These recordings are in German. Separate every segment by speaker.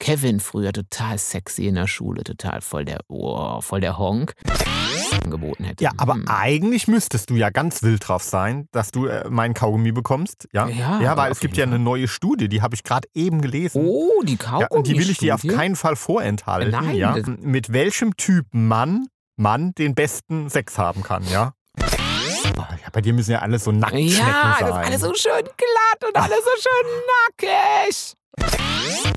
Speaker 1: Kevin früher total sexy in der Schule, total voll der, oh, voll der Honk angeboten hätte.
Speaker 2: Ja, aber
Speaker 1: Hm.
Speaker 2: eigentlich müsstest du ja ganz wild drauf sein, dass du äh, meinen Kaugummi bekommst. Ja,
Speaker 1: Ja,
Speaker 2: weil
Speaker 1: auf
Speaker 2: es gibt ja
Speaker 1: jeden
Speaker 2: eine neue Studie, die habe ich gerade eben gelesen.
Speaker 1: Oh, die
Speaker 2: ja, und
Speaker 1: Kaugummi.
Speaker 2: die will ich dir auf keinen Fall vorenthalten.
Speaker 1: Nein,
Speaker 2: ja.
Speaker 1: das-
Speaker 2: Mit welchem Typ Mann, Mann den besten Sex haben kann, ja? Boah, ja bei dir müssen ja alle so Nacktschnecken
Speaker 1: Ja, das
Speaker 2: sein.
Speaker 1: ist alles so schön glatt und alles so schön nackig.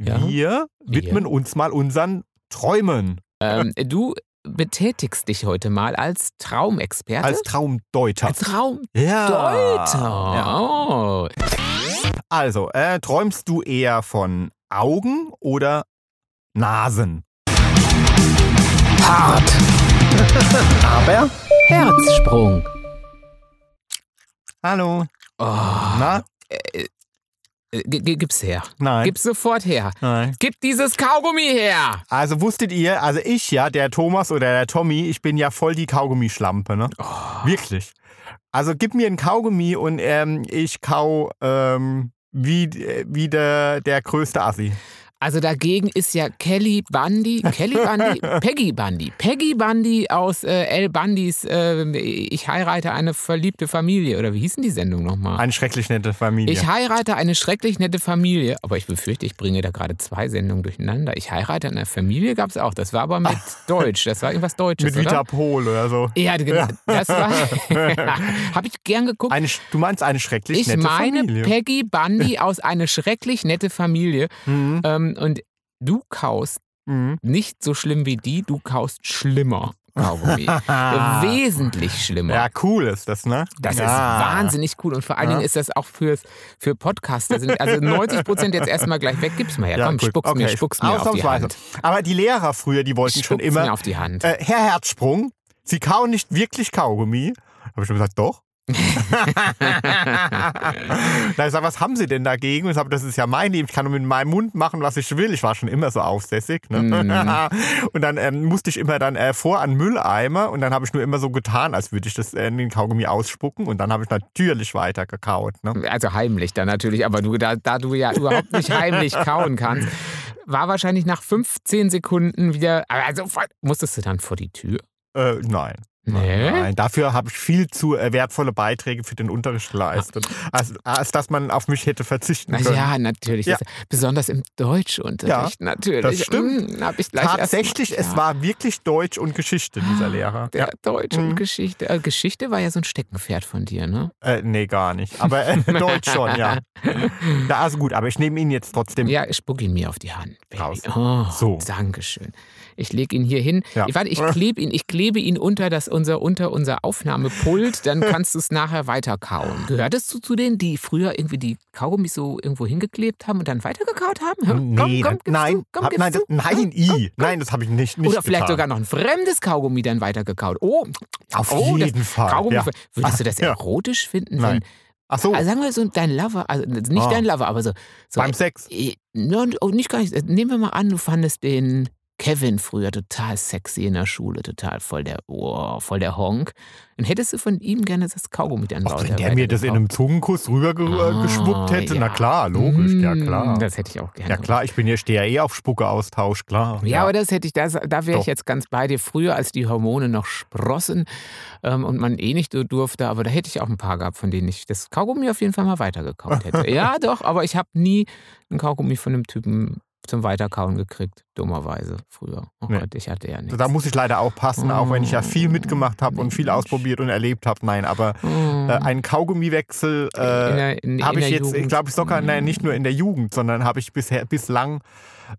Speaker 1: Ja.
Speaker 2: Wir widmen uns mal unseren Träumen
Speaker 1: Ähm, du betätigst dich heute mal als Traumexperte.
Speaker 2: als Traumdeuter.
Speaker 1: Als Traumdeuter.
Speaker 2: Ja.
Speaker 1: Oh.
Speaker 2: Also, äh, träumst du eher von Augen oder Nasen?
Speaker 1: Hart.
Speaker 2: Aber?
Speaker 1: Herzsprung.
Speaker 2: Hallo.
Speaker 1: Oh.
Speaker 2: Na?
Speaker 1: Äh, g- g- Gib's her.
Speaker 2: Nein.
Speaker 1: Gib's sofort her.
Speaker 2: Nein.
Speaker 1: Gib dieses Kaugummi her.
Speaker 2: Also wusstet ihr, also ich ja, der Thomas oder der Tommy, ich bin ja voll die Kaugummischlampe, ne?
Speaker 1: Oh.
Speaker 2: Wirklich. Also gib mir ein Kaugummi und ähm, ich kau ähm, wie, äh, wie der, der größte Assi.
Speaker 1: Also dagegen ist ja Kelly Bundy, Kelly Bundy, Peggy Bundy, Peggy Bundy aus äh, L. Bundys äh, Ich heirate eine verliebte Familie oder wie hieß denn die Sendung nochmal?
Speaker 2: Eine schrecklich nette Familie.
Speaker 1: Ich heirate eine schrecklich nette Familie, aber ich befürchte, ich bringe da gerade zwei Sendungen durcheinander. Ich heirate eine Familie gab es auch, das war aber mit Deutsch, das war irgendwas Deutsches,
Speaker 2: Mit
Speaker 1: oder?
Speaker 2: Vitapol oder so.
Speaker 1: Ja, genau. Das war. Habe ich gern geguckt.
Speaker 2: Eine, sch- du meinst eine schrecklich
Speaker 1: Ich
Speaker 2: nette
Speaker 1: meine
Speaker 2: Familie.
Speaker 1: Peggy Bundy aus eine schrecklich nette Familie.
Speaker 2: mhm.
Speaker 1: Ähm, und du kaust
Speaker 2: Mhm.
Speaker 1: nicht so schlimm wie die, du kaust schlimmer. Kaugummi.
Speaker 2: Ah.
Speaker 1: Wesentlich schlimmer.
Speaker 2: Ja, cool ist das, ne?
Speaker 1: Das
Speaker 2: ja.
Speaker 1: ist wahnsinnig cool und vor allen
Speaker 2: Ja.
Speaker 1: Dingen ist das auch fürs, für Podcaster. Sind, also 90 Prozent jetzt erstmal gleich weg. Gib's mal her. Komm,
Speaker 2: gut,
Speaker 1: spuck's mir,
Speaker 2: okay.
Speaker 1: spuck's mir auf die
Speaker 2: Ausnahmsweise.
Speaker 1: Hand.
Speaker 2: Aber die Lehrer früher, die wollten schon
Speaker 1: Spuck's
Speaker 2: immer
Speaker 1: mir auf die Hand.
Speaker 2: äh, Herr Herzsprung, Sie kauen nicht wirklich Kaugummi. Habe ich schon gesagt, doch. da ich sag, was haben Sie denn dagegen? Und ich sag, das ist ja mein Leben. Ich kann mit meinem Mund machen, was ich will. Ich war schon immer so aufsässig. Ne?
Speaker 1: Mhm.
Speaker 2: Und dann ähm, musste ich immer dann äh, vor an Mülleimer und dann habe ich nur immer so getan, als würde ich das äh, in den Kaugummi ausspucken. Und dann habe ich natürlich weiter gekaut. Ne?
Speaker 1: Also heimlich dann natürlich, aber du, da, da du ja überhaupt nicht heimlich kauen kannst, war wahrscheinlich nach 15 Sekunden wieder. aber Also voll- musstest du dann vor die Tür?
Speaker 2: Äh, nein.
Speaker 1: Nee.
Speaker 2: Nein, dafür habe ich viel zu äh, wertvolle Beiträge für den Unterricht geleistet, als, als dass man auf mich hätte verzichten
Speaker 1: Na
Speaker 2: können.
Speaker 1: ja, natürlich.
Speaker 2: Ja.
Speaker 1: Besonders im Deutschunterricht, natürlich.
Speaker 2: das stimmt.
Speaker 1: Hm, hab ich gleich erst mal-
Speaker 2: Tatsächlich, es
Speaker 1: Ja,
Speaker 2: war wirklich Deutsch und Geschichte, dieser Lehrer.
Speaker 1: Der
Speaker 2: Ja. Mhm.
Speaker 1: Deutsch und Geschichte. Äh, Geschichte war ja so ein Steckenpferd von dir, ne?
Speaker 2: Äh, nee, gar nicht. Aber äh, Deutsch schon, ja. Da, also gut, aber ich nehme ihn jetzt trotzdem.
Speaker 1: Ja, ich spuck ihn mir auf die Hand. Baby.
Speaker 2: Raus.
Speaker 1: Oh,
Speaker 2: So.
Speaker 1: Dankeschön. Ich lege ihn hier hin.
Speaker 2: Ja.
Speaker 1: Ich, warte, ich klebe ihn, ich klebe ihn unter, das unser, unter unser Aufnahmepult, dann kannst du es nachher weiterkauen. Gehörtest du zu denen, die früher irgendwie die Kaugummis so irgendwo hingeklebt haben und dann weitergekaut haben? Hm?
Speaker 2: Nee,
Speaker 1: komm, komm, gib's
Speaker 2: nein,
Speaker 1: zu, komm,
Speaker 2: hab,
Speaker 1: gib's
Speaker 2: nein,
Speaker 1: zu.
Speaker 2: das, nein, i, nein, das habe ich nicht, nicht
Speaker 1: Oder vielleicht
Speaker 2: getan.
Speaker 1: sogar noch ein fremdes Kaugummi dann weitergekaut. Oh,
Speaker 2: Auf
Speaker 1: oh,
Speaker 2: jeden
Speaker 1: das
Speaker 2: Fall,
Speaker 1: Kaugummi,
Speaker 2: ja.
Speaker 1: Würdest du das
Speaker 2: Ja.
Speaker 1: erotisch finden? Wenn,
Speaker 2: Nein. Ach so,
Speaker 1: also sagen wir so, dein Lover, also nicht
Speaker 2: Ah.
Speaker 1: dein Lover, aber so. so
Speaker 2: beim Sex.
Speaker 1: äh, ne, und- oh, nicht gar nicht. Nehmen wir mal an, du fandest den Kevin früher total sexy in der Schule, total voll der, oh, voll der Honk. Dann hättest du von ihm gerne das Kaugummi dann
Speaker 2: Auch wenn
Speaker 1: weiter-
Speaker 2: der mir das in einem Zungenkuss
Speaker 1: Ah,
Speaker 2: rübergeschwuppt hätte, na
Speaker 1: ja.
Speaker 2: klar, logisch, ja
Speaker 1: Mm,
Speaker 2: klar.
Speaker 1: Das hätte ich auch gerne.
Speaker 2: Ja klar, ich bin ja, stehe ja eh auf Spucke-Austausch, klar.
Speaker 1: Ja, aber das hätte ich, das, da wäre ich
Speaker 2: Doch.
Speaker 1: jetzt ganz bei dir. Früher, als die Hormone noch sprossen ähm, und man eh nicht so durfte, aber da hätte ich auch ein paar gehabt, von denen ich das Kaugummi auf jeden Fall mal weitergekaut hätte. ja, doch, aber ich habe nie ein Kaugummi von einem Typen zum Weiterkauen gekriegt, dummerweise früher. Oh
Speaker 2: Nee.
Speaker 1: Gott, ich hatte ja nichts.
Speaker 2: da muss ich leider auch passen, auch wenn ich ja viel mitgemacht habe und viel
Speaker 1: Mensch.
Speaker 2: ausprobiert und erlebt habe. Nein, aber
Speaker 1: Mm.
Speaker 2: äh, einen Kaugummiwechsel
Speaker 1: In
Speaker 2: äh,
Speaker 1: der- in- in
Speaker 2: habe ich
Speaker 1: der
Speaker 2: jetzt,
Speaker 1: Jugend.
Speaker 2: glaube ich, sogar nein,
Speaker 1: Mm.
Speaker 2: nicht nur in der Jugend, sondern habe ich bisher bislang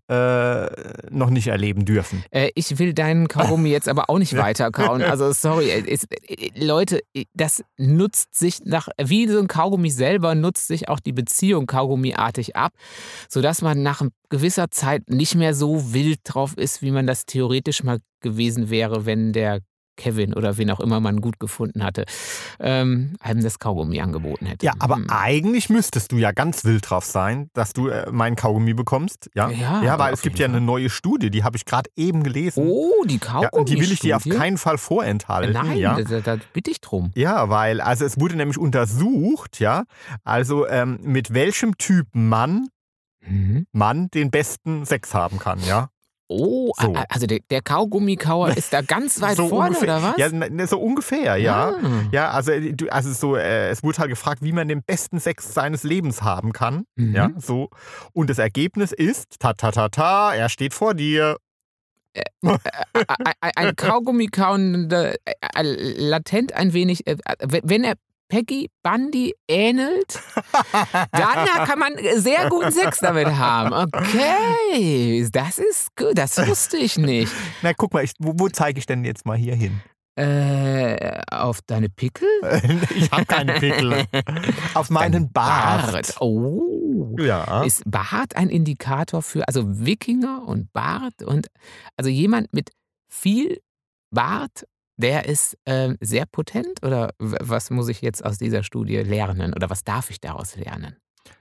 Speaker 2: äh, noch nicht erleben dürfen.
Speaker 1: Äh, ich will deinen Kaugummi jetzt aber auch nicht weiterkauen. Also sorry, äh, ist, äh, Leute, äh, das nutzt sich nach, wie so ein Kaugummi selber, nutzt sich auch die Beziehung kaugummiartig ab, sodass man nach gewisser Zeit nicht mehr so wild drauf ist, wie man das theoretisch mal gewesen wäre, wenn der Kevin oder wen auch immer man gut gefunden hatte, ähm, einem das Kaugummi angeboten hätte.
Speaker 2: Ja, aber
Speaker 1: Hm.
Speaker 2: eigentlich müsstest du ja ganz wild drauf sein, dass du äh, meinen Kaugummi bekommst. Ja,
Speaker 1: Ja,
Speaker 2: weil
Speaker 1: auf
Speaker 2: es gibt ja
Speaker 1: jeden
Speaker 2: eine neue Studie, die habe ich gerade eben gelesen.
Speaker 1: Oh, die Kaugummi.
Speaker 2: ja, und die will ich dir auf keinen Fall vorenthalten.
Speaker 1: Nein,
Speaker 2: ja.
Speaker 1: da, da bitte ich drum.
Speaker 2: Ja, weil, also es wurde nämlich untersucht, ja, also ähm, mit welchem Typ Mann
Speaker 1: Mhm.
Speaker 2: Mann den besten Sex haben kann, ja?
Speaker 1: Oh,
Speaker 2: So.
Speaker 1: a- a- also der, der Kaugummikauer ist da ganz weit
Speaker 2: so
Speaker 1: vorne,
Speaker 2: ungefähr.
Speaker 1: oder was?
Speaker 2: Ja, ne- ne, so ungefähr, ja.
Speaker 1: Ah.
Speaker 2: Ja, also, äh, du- also so, äh, es wurde halt gefragt, wie man den besten Sex seines Lebens haben kann.
Speaker 1: Mhm.
Speaker 2: Ja, so. Und das Ergebnis ist, ta ta ta ta, er steht vor dir.
Speaker 1: A- a- a- Ein Kaugummi kauender, äh, äh, latent ein wenig, äh, äh, wenn- wenn er Peggy Bundy ähnelt, dann kann man äh, sehr guten Sex damit haben. Okay, das ist gut, das wusste ich nicht.
Speaker 2: Na, guck mal, ich, wo, wo zeige ich denn jetzt mal hier hin?
Speaker 1: Äh, auf deine Pickel?
Speaker 2: Äh, ich habe keine Pickel. Auf meinen Bart.
Speaker 1: Oh.
Speaker 2: Ja.
Speaker 1: Ist Bart ein Indikator für, also Wikinger und Bart und also jemand mit viel Bart, der ist ähm, sehr potent oder w- was muss ich jetzt aus dieser Studie lernen oder was darf ich daraus lernen?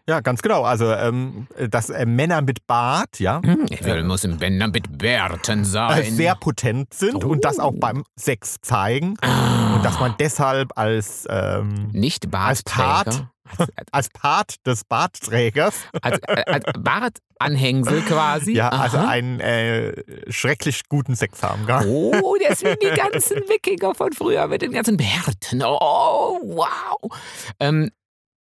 Speaker 2: ja, ganz genau. Also, ähm, dass äh, Männer mit Bart, ja,
Speaker 1: Ich will, muss ein Bänder mit Bärten
Speaker 2: äh,
Speaker 1: sein.
Speaker 2: Hm. sehr potent sind und das auch
Speaker 1: Oh.
Speaker 2: beim Sex zeigen.
Speaker 1: Ah.
Speaker 2: Und dass man deshalb als, ähm,
Speaker 1: nicht
Speaker 2: als Part-
Speaker 1: Bartträger, als,
Speaker 2: als Part des Bartträgers,
Speaker 1: als, als, als Bartanhängsel quasi.
Speaker 2: ja, also
Speaker 1: Aha.
Speaker 2: einen äh, schrecklich guten Sex haben kann.
Speaker 1: Oh, das sind die ganzen Wikinger von früher mit den ganzen Bärten. Oh, wow. Ähm,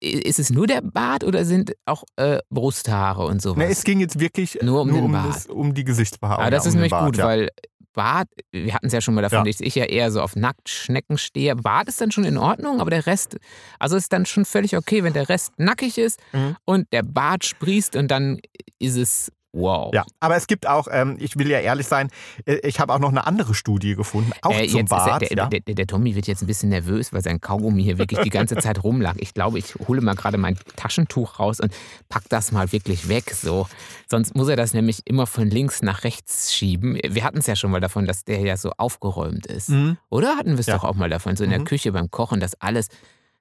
Speaker 1: i- ist es nur der Bart oder sind auch äh, Brusthaare und sowas?
Speaker 2: Ne, es ging jetzt wirklich
Speaker 1: Oh, Nur um den Bart.
Speaker 2: das, um die Gesichtsbehaarung.
Speaker 1: Aber das
Speaker 2: ja, um
Speaker 1: ist
Speaker 2: den
Speaker 1: nämlich
Speaker 2: Bart,
Speaker 1: gut,
Speaker 2: ja.
Speaker 1: weil Bart, wir hatten es ja schon mal davon,
Speaker 2: Ja.
Speaker 1: dass ich ja eher so auf Nacktschnecken stehe. Bart ist dann schon in Ordnung, aber der Rest, also ist dann schon völlig okay, wenn der Rest nackig ist
Speaker 2: Mhm.
Speaker 1: und der Bart sprießt und dann ist es wow.
Speaker 2: Ja, aber es gibt auch, ähm, ich will ja ehrlich sein, äh, ich habe auch noch eine andere Studie gefunden, auch
Speaker 1: Äh,
Speaker 2: zum
Speaker 1: jetzt ist
Speaker 2: Bart.
Speaker 1: er, der,
Speaker 2: ja.
Speaker 1: der, der, der Tommy wird jetzt ein bisschen nervös, weil sein Kaugummi hier wirklich die ganze Zeit rumlag. Ich glaube, ich hole mal gerade mein Taschentuch raus und pack das mal wirklich weg. So. Sonst muss er das nämlich immer von links nach rechts schieben. Wir hatten es ja schon mal davon, dass der ja so aufgeräumt ist.
Speaker 2: Mhm.
Speaker 1: Oder hatten wir es
Speaker 2: Ja.
Speaker 1: doch auch mal davon, so in der
Speaker 2: Mhm.
Speaker 1: Küche beim Kochen, dass alles.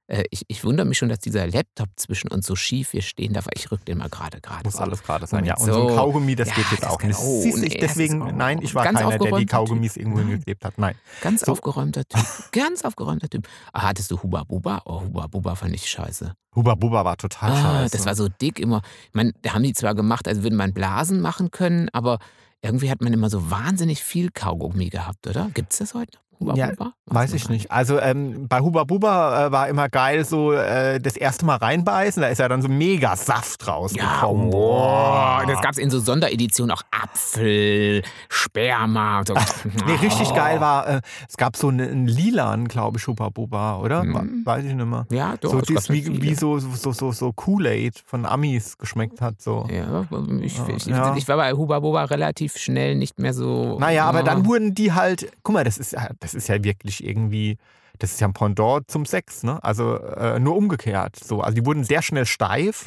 Speaker 1: äh, Ich, ich wundere mich schon, dass dieser Laptop zwischen uns so schief hier stehen darf. Ich rück den mal gerade gerade.
Speaker 2: Muss
Speaker 1: so.
Speaker 2: alles gerade sein, ja. Und
Speaker 1: Moment,
Speaker 2: so ein
Speaker 1: so.
Speaker 2: Kaugummi, das
Speaker 1: Ja,
Speaker 2: geht jetzt
Speaker 1: das
Speaker 2: auch
Speaker 1: kann-
Speaker 2: nicht.
Speaker 1: oh,
Speaker 2: Siehst du,
Speaker 1: nee,
Speaker 2: ich-
Speaker 1: das ist-
Speaker 2: deswegen,
Speaker 1: oh,
Speaker 2: nein, ich war
Speaker 1: ganz
Speaker 2: keiner, der die
Speaker 1: aufgeräumter
Speaker 2: Kaugummis irgendwo
Speaker 1: Nein.
Speaker 2: hingeklebt hat. Nein.
Speaker 1: Ganz
Speaker 2: So.
Speaker 1: aufgeräumter Typ. Ganz aufgeräumter Typ. Ah, hattest du Huba Buba? Oh, Huba Buba fand ich scheiße.
Speaker 2: Huba Buba war total
Speaker 1: Ah,
Speaker 2: scheiße.
Speaker 1: das war so dick immer. Ich meine, da haben die zwar gemacht, als würde man Blasen machen können, aber irgendwie hat man immer so wahnsinnig viel Kaugummi gehabt, oder? Gibt's das heute? noch? Huba
Speaker 2: Ja,
Speaker 1: Buba?
Speaker 2: Weiß
Speaker 1: man
Speaker 2: ich
Speaker 1: gar
Speaker 2: nicht. Also ähm, bei Huba Buba äh, war immer geil, so äh, das erste Mal reinbeißen, da ist ja dann so mega Saft
Speaker 1: Ja,
Speaker 2: rausgekommen.
Speaker 1: oh. das gab's in so Sondereditionen auch Apfel, Sperma. und So. Oh.
Speaker 2: Nee, richtig geil war, äh, es gab so einen, einen lilan, glaube ich, Huba Buba, oder?
Speaker 1: Mhm.
Speaker 2: Wa- Weiß ich nicht mehr.
Speaker 1: Ja, doch.
Speaker 2: so
Speaker 1: es gab
Speaker 2: das,
Speaker 1: schon
Speaker 2: wie,
Speaker 1: viele.
Speaker 2: wie so, so, so, so Kool-Aid von Amis geschmeckt hat. So.
Speaker 1: Ja, ich, ich,
Speaker 2: Ja.
Speaker 1: ich war bei Huba Buba relativ schnell nicht mehr so.
Speaker 2: Naja, aber
Speaker 1: Ah.
Speaker 2: dann wurden die halt, guck mal, das ist, ja- das ist ja wirklich irgendwie, das ist ja ein Pendant zum Sex, ne? Also äh, nur umgekehrt. So. Also die wurden sehr schnell steif,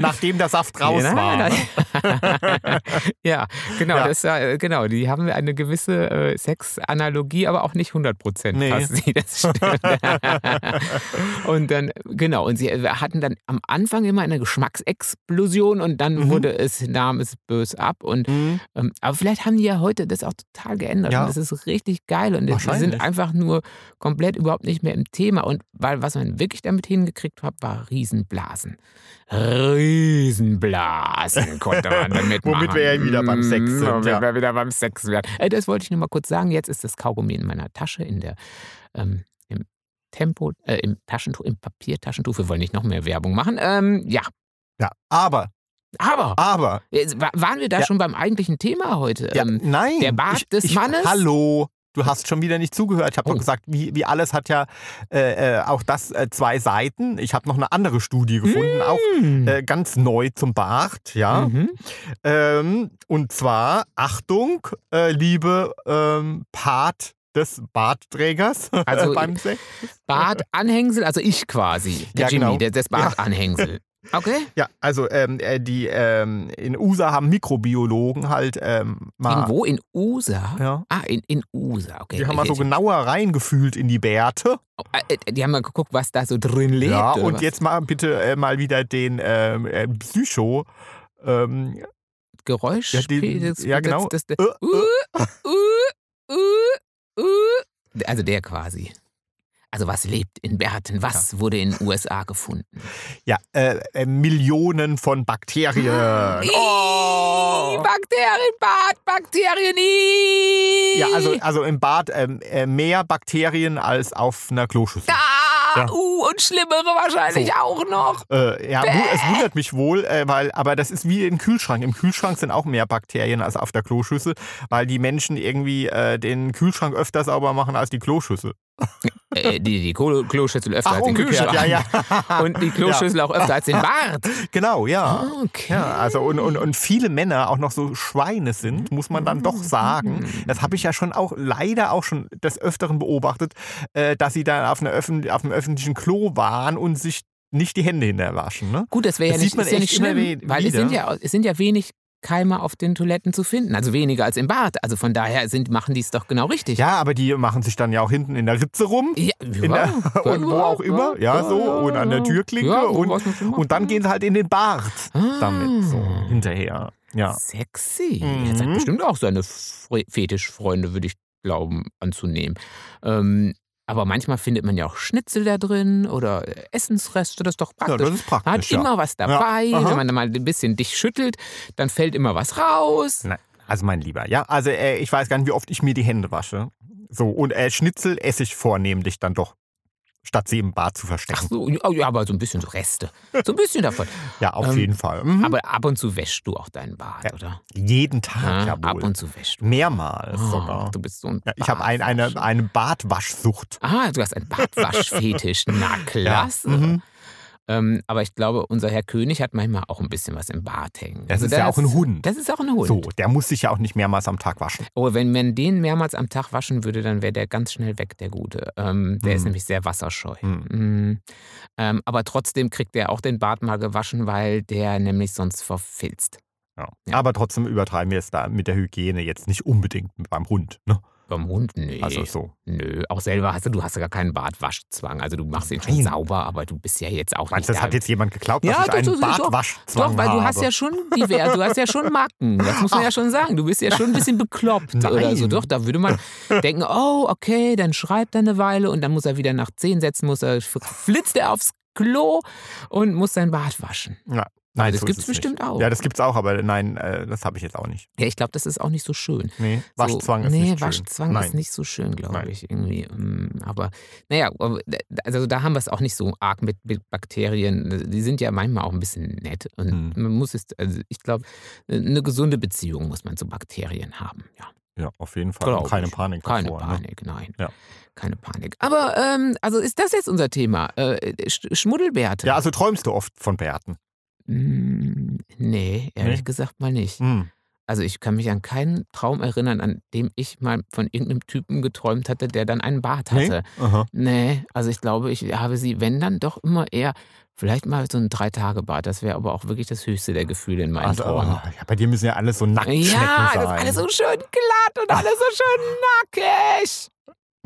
Speaker 2: nachdem der Saft raus
Speaker 1: ja,
Speaker 2: war.
Speaker 1: nein,
Speaker 2: ne?
Speaker 1: nein. ja, genau,
Speaker 2: Ja.
Speaker 1: Das, war, äh, genau, die haben eine gewisse äh, Sexanalogie, aber auch nicht 100 Prozent
Speaker 2: Nee.
Speaker 1: passt sie, das stimmt. und dann, genau, und sie äh, hatten dann am Anfang immer eine Geschmacksexplosion und dann
Speaker 2: Mhm.
Speaker 1: wurde es, nahm es bös ab und
Speaker 2: Mhm.
Speaker 1: ähm, aber vielleicht haben die ja heute das auch total geändert.
Speaker 2: Ja.
Speaker 1: Und das ist richtig geil. Und die sind
Speaker 2: Wahrscheinlich.
Speaker 1: einfach nur komplett überhaupt nicht mehr im Thema. Und weil, was man wirklich damit hingekriegt hat, war Riesenblasen. Riesenblasen konnte man damit machen.
Speaker 2: Womit wir ja wieder beim Sex
Speaker 1: Mm,
Speaker 2: sind,
Speaker 1: Womit
Speaker 2: ja.
Speaker 1: wir wieder beim Sex werden. Äh, das wollte ich nur mal kurz sagen. Jetzt ist das Kaugummi in meiner Tasche, in der, ähm, im Tempo, äh, im Taschentuch, im Papiertaschentuch. Wir wollen nicht noch mehr Werbung machen. Ähm, ja,
Speaker 2: Ja, aber,
Speaker 1: aber
Speaker 2: aber,
Speaker 1: jetzt wa- waren wir da
Speaker 2: Ah. Ja.
Speaker 1: schon beim eigentlichen Thema heute?
Speaker 2: ja,
Speaker 1: Ähm,
Speaker 2: nein.
Speaker 1: der Bart
Speaker 2: ich,
Speaker 1: des
Speaker 2: ich,
Speaker 1: Mannes?
Speaker 2: Hallo. Du hast schon wieder nicht zugehört. Ich habe
Speaker 1: Oh.
Speaker 2: doch gesagt, wie, wie alles hat ja äh, äh, auch das äh, zwei Seiten. Ich habe noch eine andere Studie gefunden, auch
Speaker 1: Mm.
Speaker 2: äh, ganz neu zum Bart, ja.
Speaker 1: Mhm.
Speaker 2: Ähm, und zwar, Achtung, äh, liebe ähm, Part des Bartträgers
Speaker 1: Also,
Speaker 2: beim Sex.
Speaker 1: Bartanhängsel, also ich quasi, der
Speaker 2: Ja,
Speaker 1: Jimmy,
Speaker 2: genau.
Speaker 1: der, das Bartanhängsel. Okay?
Speaker 2: Ja, also ähm, äh, die ähm, in USA haben Mikrobiologen halt ähm, mal.
Speaker 1: In wo? Äh, In USA?
Speaker 2: Ja.
Speaker 1: Ah, in, in USA, okay.
Speaker 2: Die haben mal so
Speaker 1: Ich-
Speaker 2: genauer reingefühlt in die Bärte.
Speaker 1: äh, äh, die haben mal geguckt, was da so drin lebt.
Speaker 2: ja,
Speaker 1: oder
Speaker 2: und
Speaker 1: was?
Speaker 2: jetzt mal bitte äh, mal wieder den ähm, äh, Psycho. Ähm,
Speaker 1: Geräusch.
Speaker 2: Ja, die-
Speaker 1: das-
Speaker 2: ja, genau.
Speaker 1: Das, das,
Speaker 2: äh,
Speaker 1: uh, uh, uh, uh. Also der quasi. Also was lebt in Bärten? Was wurde in den USA gefunden?
Speaker 2: Ja, äh, äh, Millionen von Bakterien. Oh.
Speaker 1: Ih, Bakterienbad, Bakterien. Ih.
Speaker 2: Ja, also, also im Bad ähm, äh, mehr Bakterien als auf einer Kloschüssel.
Speaker 1: Ah,
Speaker 2: Ja.
Speaker 1: uh, und schlimmere wahrscheinlich auch noch.
Speaker 2: Äh, ja, wu- es wundert mich wohl, äh, weil, aber das ist wie im Kühlschrank. Im Kühlschrank sind auch mehr Bakterien als auf der Kloschüssel, weil die Menschen irgendwie äh, den Kühlschrank öfter sauber machen als die Kloschüssel.
Speaker 1: Äh, die die Klo Kloschüssel öfter als den Kühlschrank.
Speaker 2: ja, ja.
Speaker 1: Und die Kloschüssel auch öfter als den Bart.
Speaker 2: Genau, ja.
Speaker 1: Okay.
Speaker 2: Ja, also und, und, und viele Männer auch noch so Schweine sind, muss man dann doch sagen. Das habe ich ja schon auch leider auch schon des Öfteren beobachtet, äh, dass sie dann auf, einer öffn auf einem öffentlichen Klo waren und sich nicht die Hände hinterwaschen. Ne?
Speaker 1: Gut, das wäre ja
Speaker 2: Das
Speaker 1: nicht,
Speaker 2: sieht man
Speaker 1: ist ja
Speaker 2: echt
Speaker 1: nicht
Speaker 2: immer
Speaker 1: schlimm,
Speaker 2: we-
Speaker 1: weil es
Speaker 2: wieder.
Speaker 1: sind, ja, es sind ja wenig Keime auf den Toiletten zu finden. Also weniger als im Bad. Also von daher sind, machen die es doch genau richtig.
Speaker 2: Ja, aber die machen sich dann ja auch hinten in der Ritze rum.
Speaker 1: Ja,
Speaker 2: In
Speaker 1: ja,
Speaker 2: der, und wo
Speaker 1: ja,
Speaker 2: auch immer, ja, so,
Speaker 1: ja,
Speaker 2: und an der
Speaker 1: ja.
Speaker 2: Türklinke
Speaker 1: Ja, wo
Speaker 2: und,
Speaker 1: was man schon macht.
Speaker 2: und dann gehen sie halt in den Bart
Speaker 1: Ah.
Speaker 2: damit, so hinterher. Ja.
Speaker 1: Sexy. Er
Speaker 2: Mhm.
Speaker 1: hat bestimmt auch seine Fre Fetischfreunde, würde ich glauben, anzunehmen. Ähm, aber manchmal findet man ja auch Schnitzel da drin oder äh, Essensreste, das ist doch
Speaker 2: ja,
Speaker 1: praktisch.
Speaker 2: das ist
Speaker 1: Man
Speaker 2: praktisch.
Speaker 1: hat
Speaker 2: Ja.
Speaker 1: immer was dabei.
Speaker 2: aha.
Speaker 1: Wenn man da mal ein bisschen dich schüttelt, dann fällt immer was raus.
Speaker 2: Nein, also mein Lieber, ja. Also äh, ich weiß gar nicht, wie oft ich mir die Hände wasche. So, und äh, Schnitzel esse ich vornehmlich dann doch, statt sie im Bad zu
Speaker 1: Ach
Speaker 2: verstecken.
Speaker 1: so, oh ja, aber so ein bisschen so Reste. So ein bisschen davon.
Speaker 2: Ja, auf
Speaker 1: ähm,
Speaker 2: jeden Fall. Mhm.
Speaker 1: Aber ab und zu wäschst du auch deinen Bart, oder?
Speaker 2: Jeden Tag,
Speaker 1: Ja,
Speaker 2: ja,
Speaker 1: ab
Speaker 2: wohl.
Speaker 1: und zu wäschst du.
Speaker 2: Mehrmals
Speaker 1: Ah,
Speaker 2: sogar.
Speaker 1: Du bist so ein
Speaker 2: Ja, ich habe ein,
Speaker 1: Bartwasch.
Speaker 2: eine, eine Bartwaschsucht.
Speaker 1: Ah, du hast einen Bartwaschfetisch. Na, klasse.
Speaker 2: Mhm.
Speaker 1: Ähm, aber ich glaube, unser Herr König hat manchmal auch ein bisschen was im Bart hängen. Also
Speaker 2: Das ist ja auch ein Hund.
Speaker 1: Das ist auch ein Hund.
Speaker 2: So, der muss sich ja auch nicht mehrmals am Tag waschen.
Speaker 1: Oh, wenn man den mehrmals am Tag waschen würde, dann wäre der ganz schnell weg, der Gute. Ähm, der ist
Speaker 2: Hm.
Speaker 1: nämlich sehr wasserscheu.
Speaker 2: Hm.
Speaker 1: Mm. Ähm, aber trotzdem kriegt er auch den Bart mal gewaschen, weil der nämlich sonst verfilzt.
Speaker 2: Ja.
Speaker 1: Ja.
Speaker 2: Aber trotzdem übertreiben wir es da mit der Hygiene jetzt nicht unbedingt beim Hund. Ne?
Speaker 1: Beim Hund, nee.
Speaker 2: Also so.
Speaker 1: Nö, auch selber hast du, du hast ja gar keinen Bartwaschzwang. Also du machst ihn schon
Speaker 2: Nein.
Speaker 1: sauber, aber du bist ja jetzt auch
Speaker 2: Meinst du,
Speaker 1: nicht
Speaker 2: das
Speaker 1: da-
Speaker 2: hat jetzt jemand geglaubt, dass
Speaker 1: Ja,
Speaker 2: ich
Speaker 1: doch,
Speaker 2: einen
Speaker 1: doch, doch.
Speaker 2: Bartwaschzwang
Speaker 1: Doch, weil du hast
Speaker 2: habe?
Speaker 1: ja schon divers, du hast ja schon Macken. Das muss man ja schon sagen. Du bist ja schon ein bisschen bekloppt
Speaker 2: Nein.
Speaker 1: oder so. Doch, da würde man denken, oh, okay, dann schreibt er eine Weile und dann muss er wieder nach zehn Sätzen, muss er, flitzt er aufs Klo und muss sein Bart waschen.
Speaker 2: Ja. Nein,
Speaker 1: das
Speaker 2: so
Speaker 1: gibt's
Speaker 2: ist es nicht.
Speaker 1: bestimmt auch.
Speaker 2: Ja, das gibt's auch, aber nein, äh, das habe ich jetzt auch nicht.
Speaker 1: Ja, ich glaube, das ist auch nicht so schön.
Speaker 2: Nee, Waschzwang
Speaker 1: so,
Speaker 2: ist
Speaker 1: nee,
Speaker 2: nicht
Speaker 1: Waschzwang
Speaker 2: schön. Nein.
Speaker 1: ist nicht so schön, glaube
Speaker 2: Nein.
Speaker 1: ich. Irgendwie. Mm, Aber naja, aber da- also da haben wir es auch nicht so arg mit, mit Bakterien. Äh, Die sind ja manchmal auch ein bisschen nett. Und
Speaker 2: Hm.
Speaker 1: man muss es, also ich glaube, eine gesunde Beziehung muss man zu Bakterien haben. Ja.
Speaker 2: Ja, auf jeden Fall.
Speaker 1: Glaub
Speaker 2: Und keine
Speaker 1: ich.
Speaker 2: Panik
Speaker 1: Keine
Speaker 2: davor. Ne?
Speaker 1: Panik, nein.
Speaker 2: Ja.
Speaker 1: Keine Panik. Aber ähm, also ist das jetzt unser Thema? Äh, Sch Schmuddelbärte?
Speaker 2: Ja, also träumst du oft von Bärten.
Speaker 1: Mm, nee, ehrlich
Speaker 2: Nee?
Speaker 1: gesagt mal nicht.
Speaker 2: Hm.
Speaker 1: Also ich kann mich an keinen Traum erinnern, an dem ich mal von irgendeinem Typen geträumt hatte, der dann einen Bart hatte.
Speaker 2: Aha.
Speaker 1: Nee, also ich glaube, ich habe sie, wenn dann, doch immer eher, vielleicht mal so ein Drei-Tage-Bad. Das wäre aber auch wirklich das höchste der Gefühle in meinen
Speaker 2: Also, oh,
Speaker 1: Träumen.
Speaker 2: ja, bei dir müssen ja alles so nackt
Speaker 1: Ja,
Speaker 2: sein.
Speaker 1: das ist alles so schön glatt und alles so schön nackig.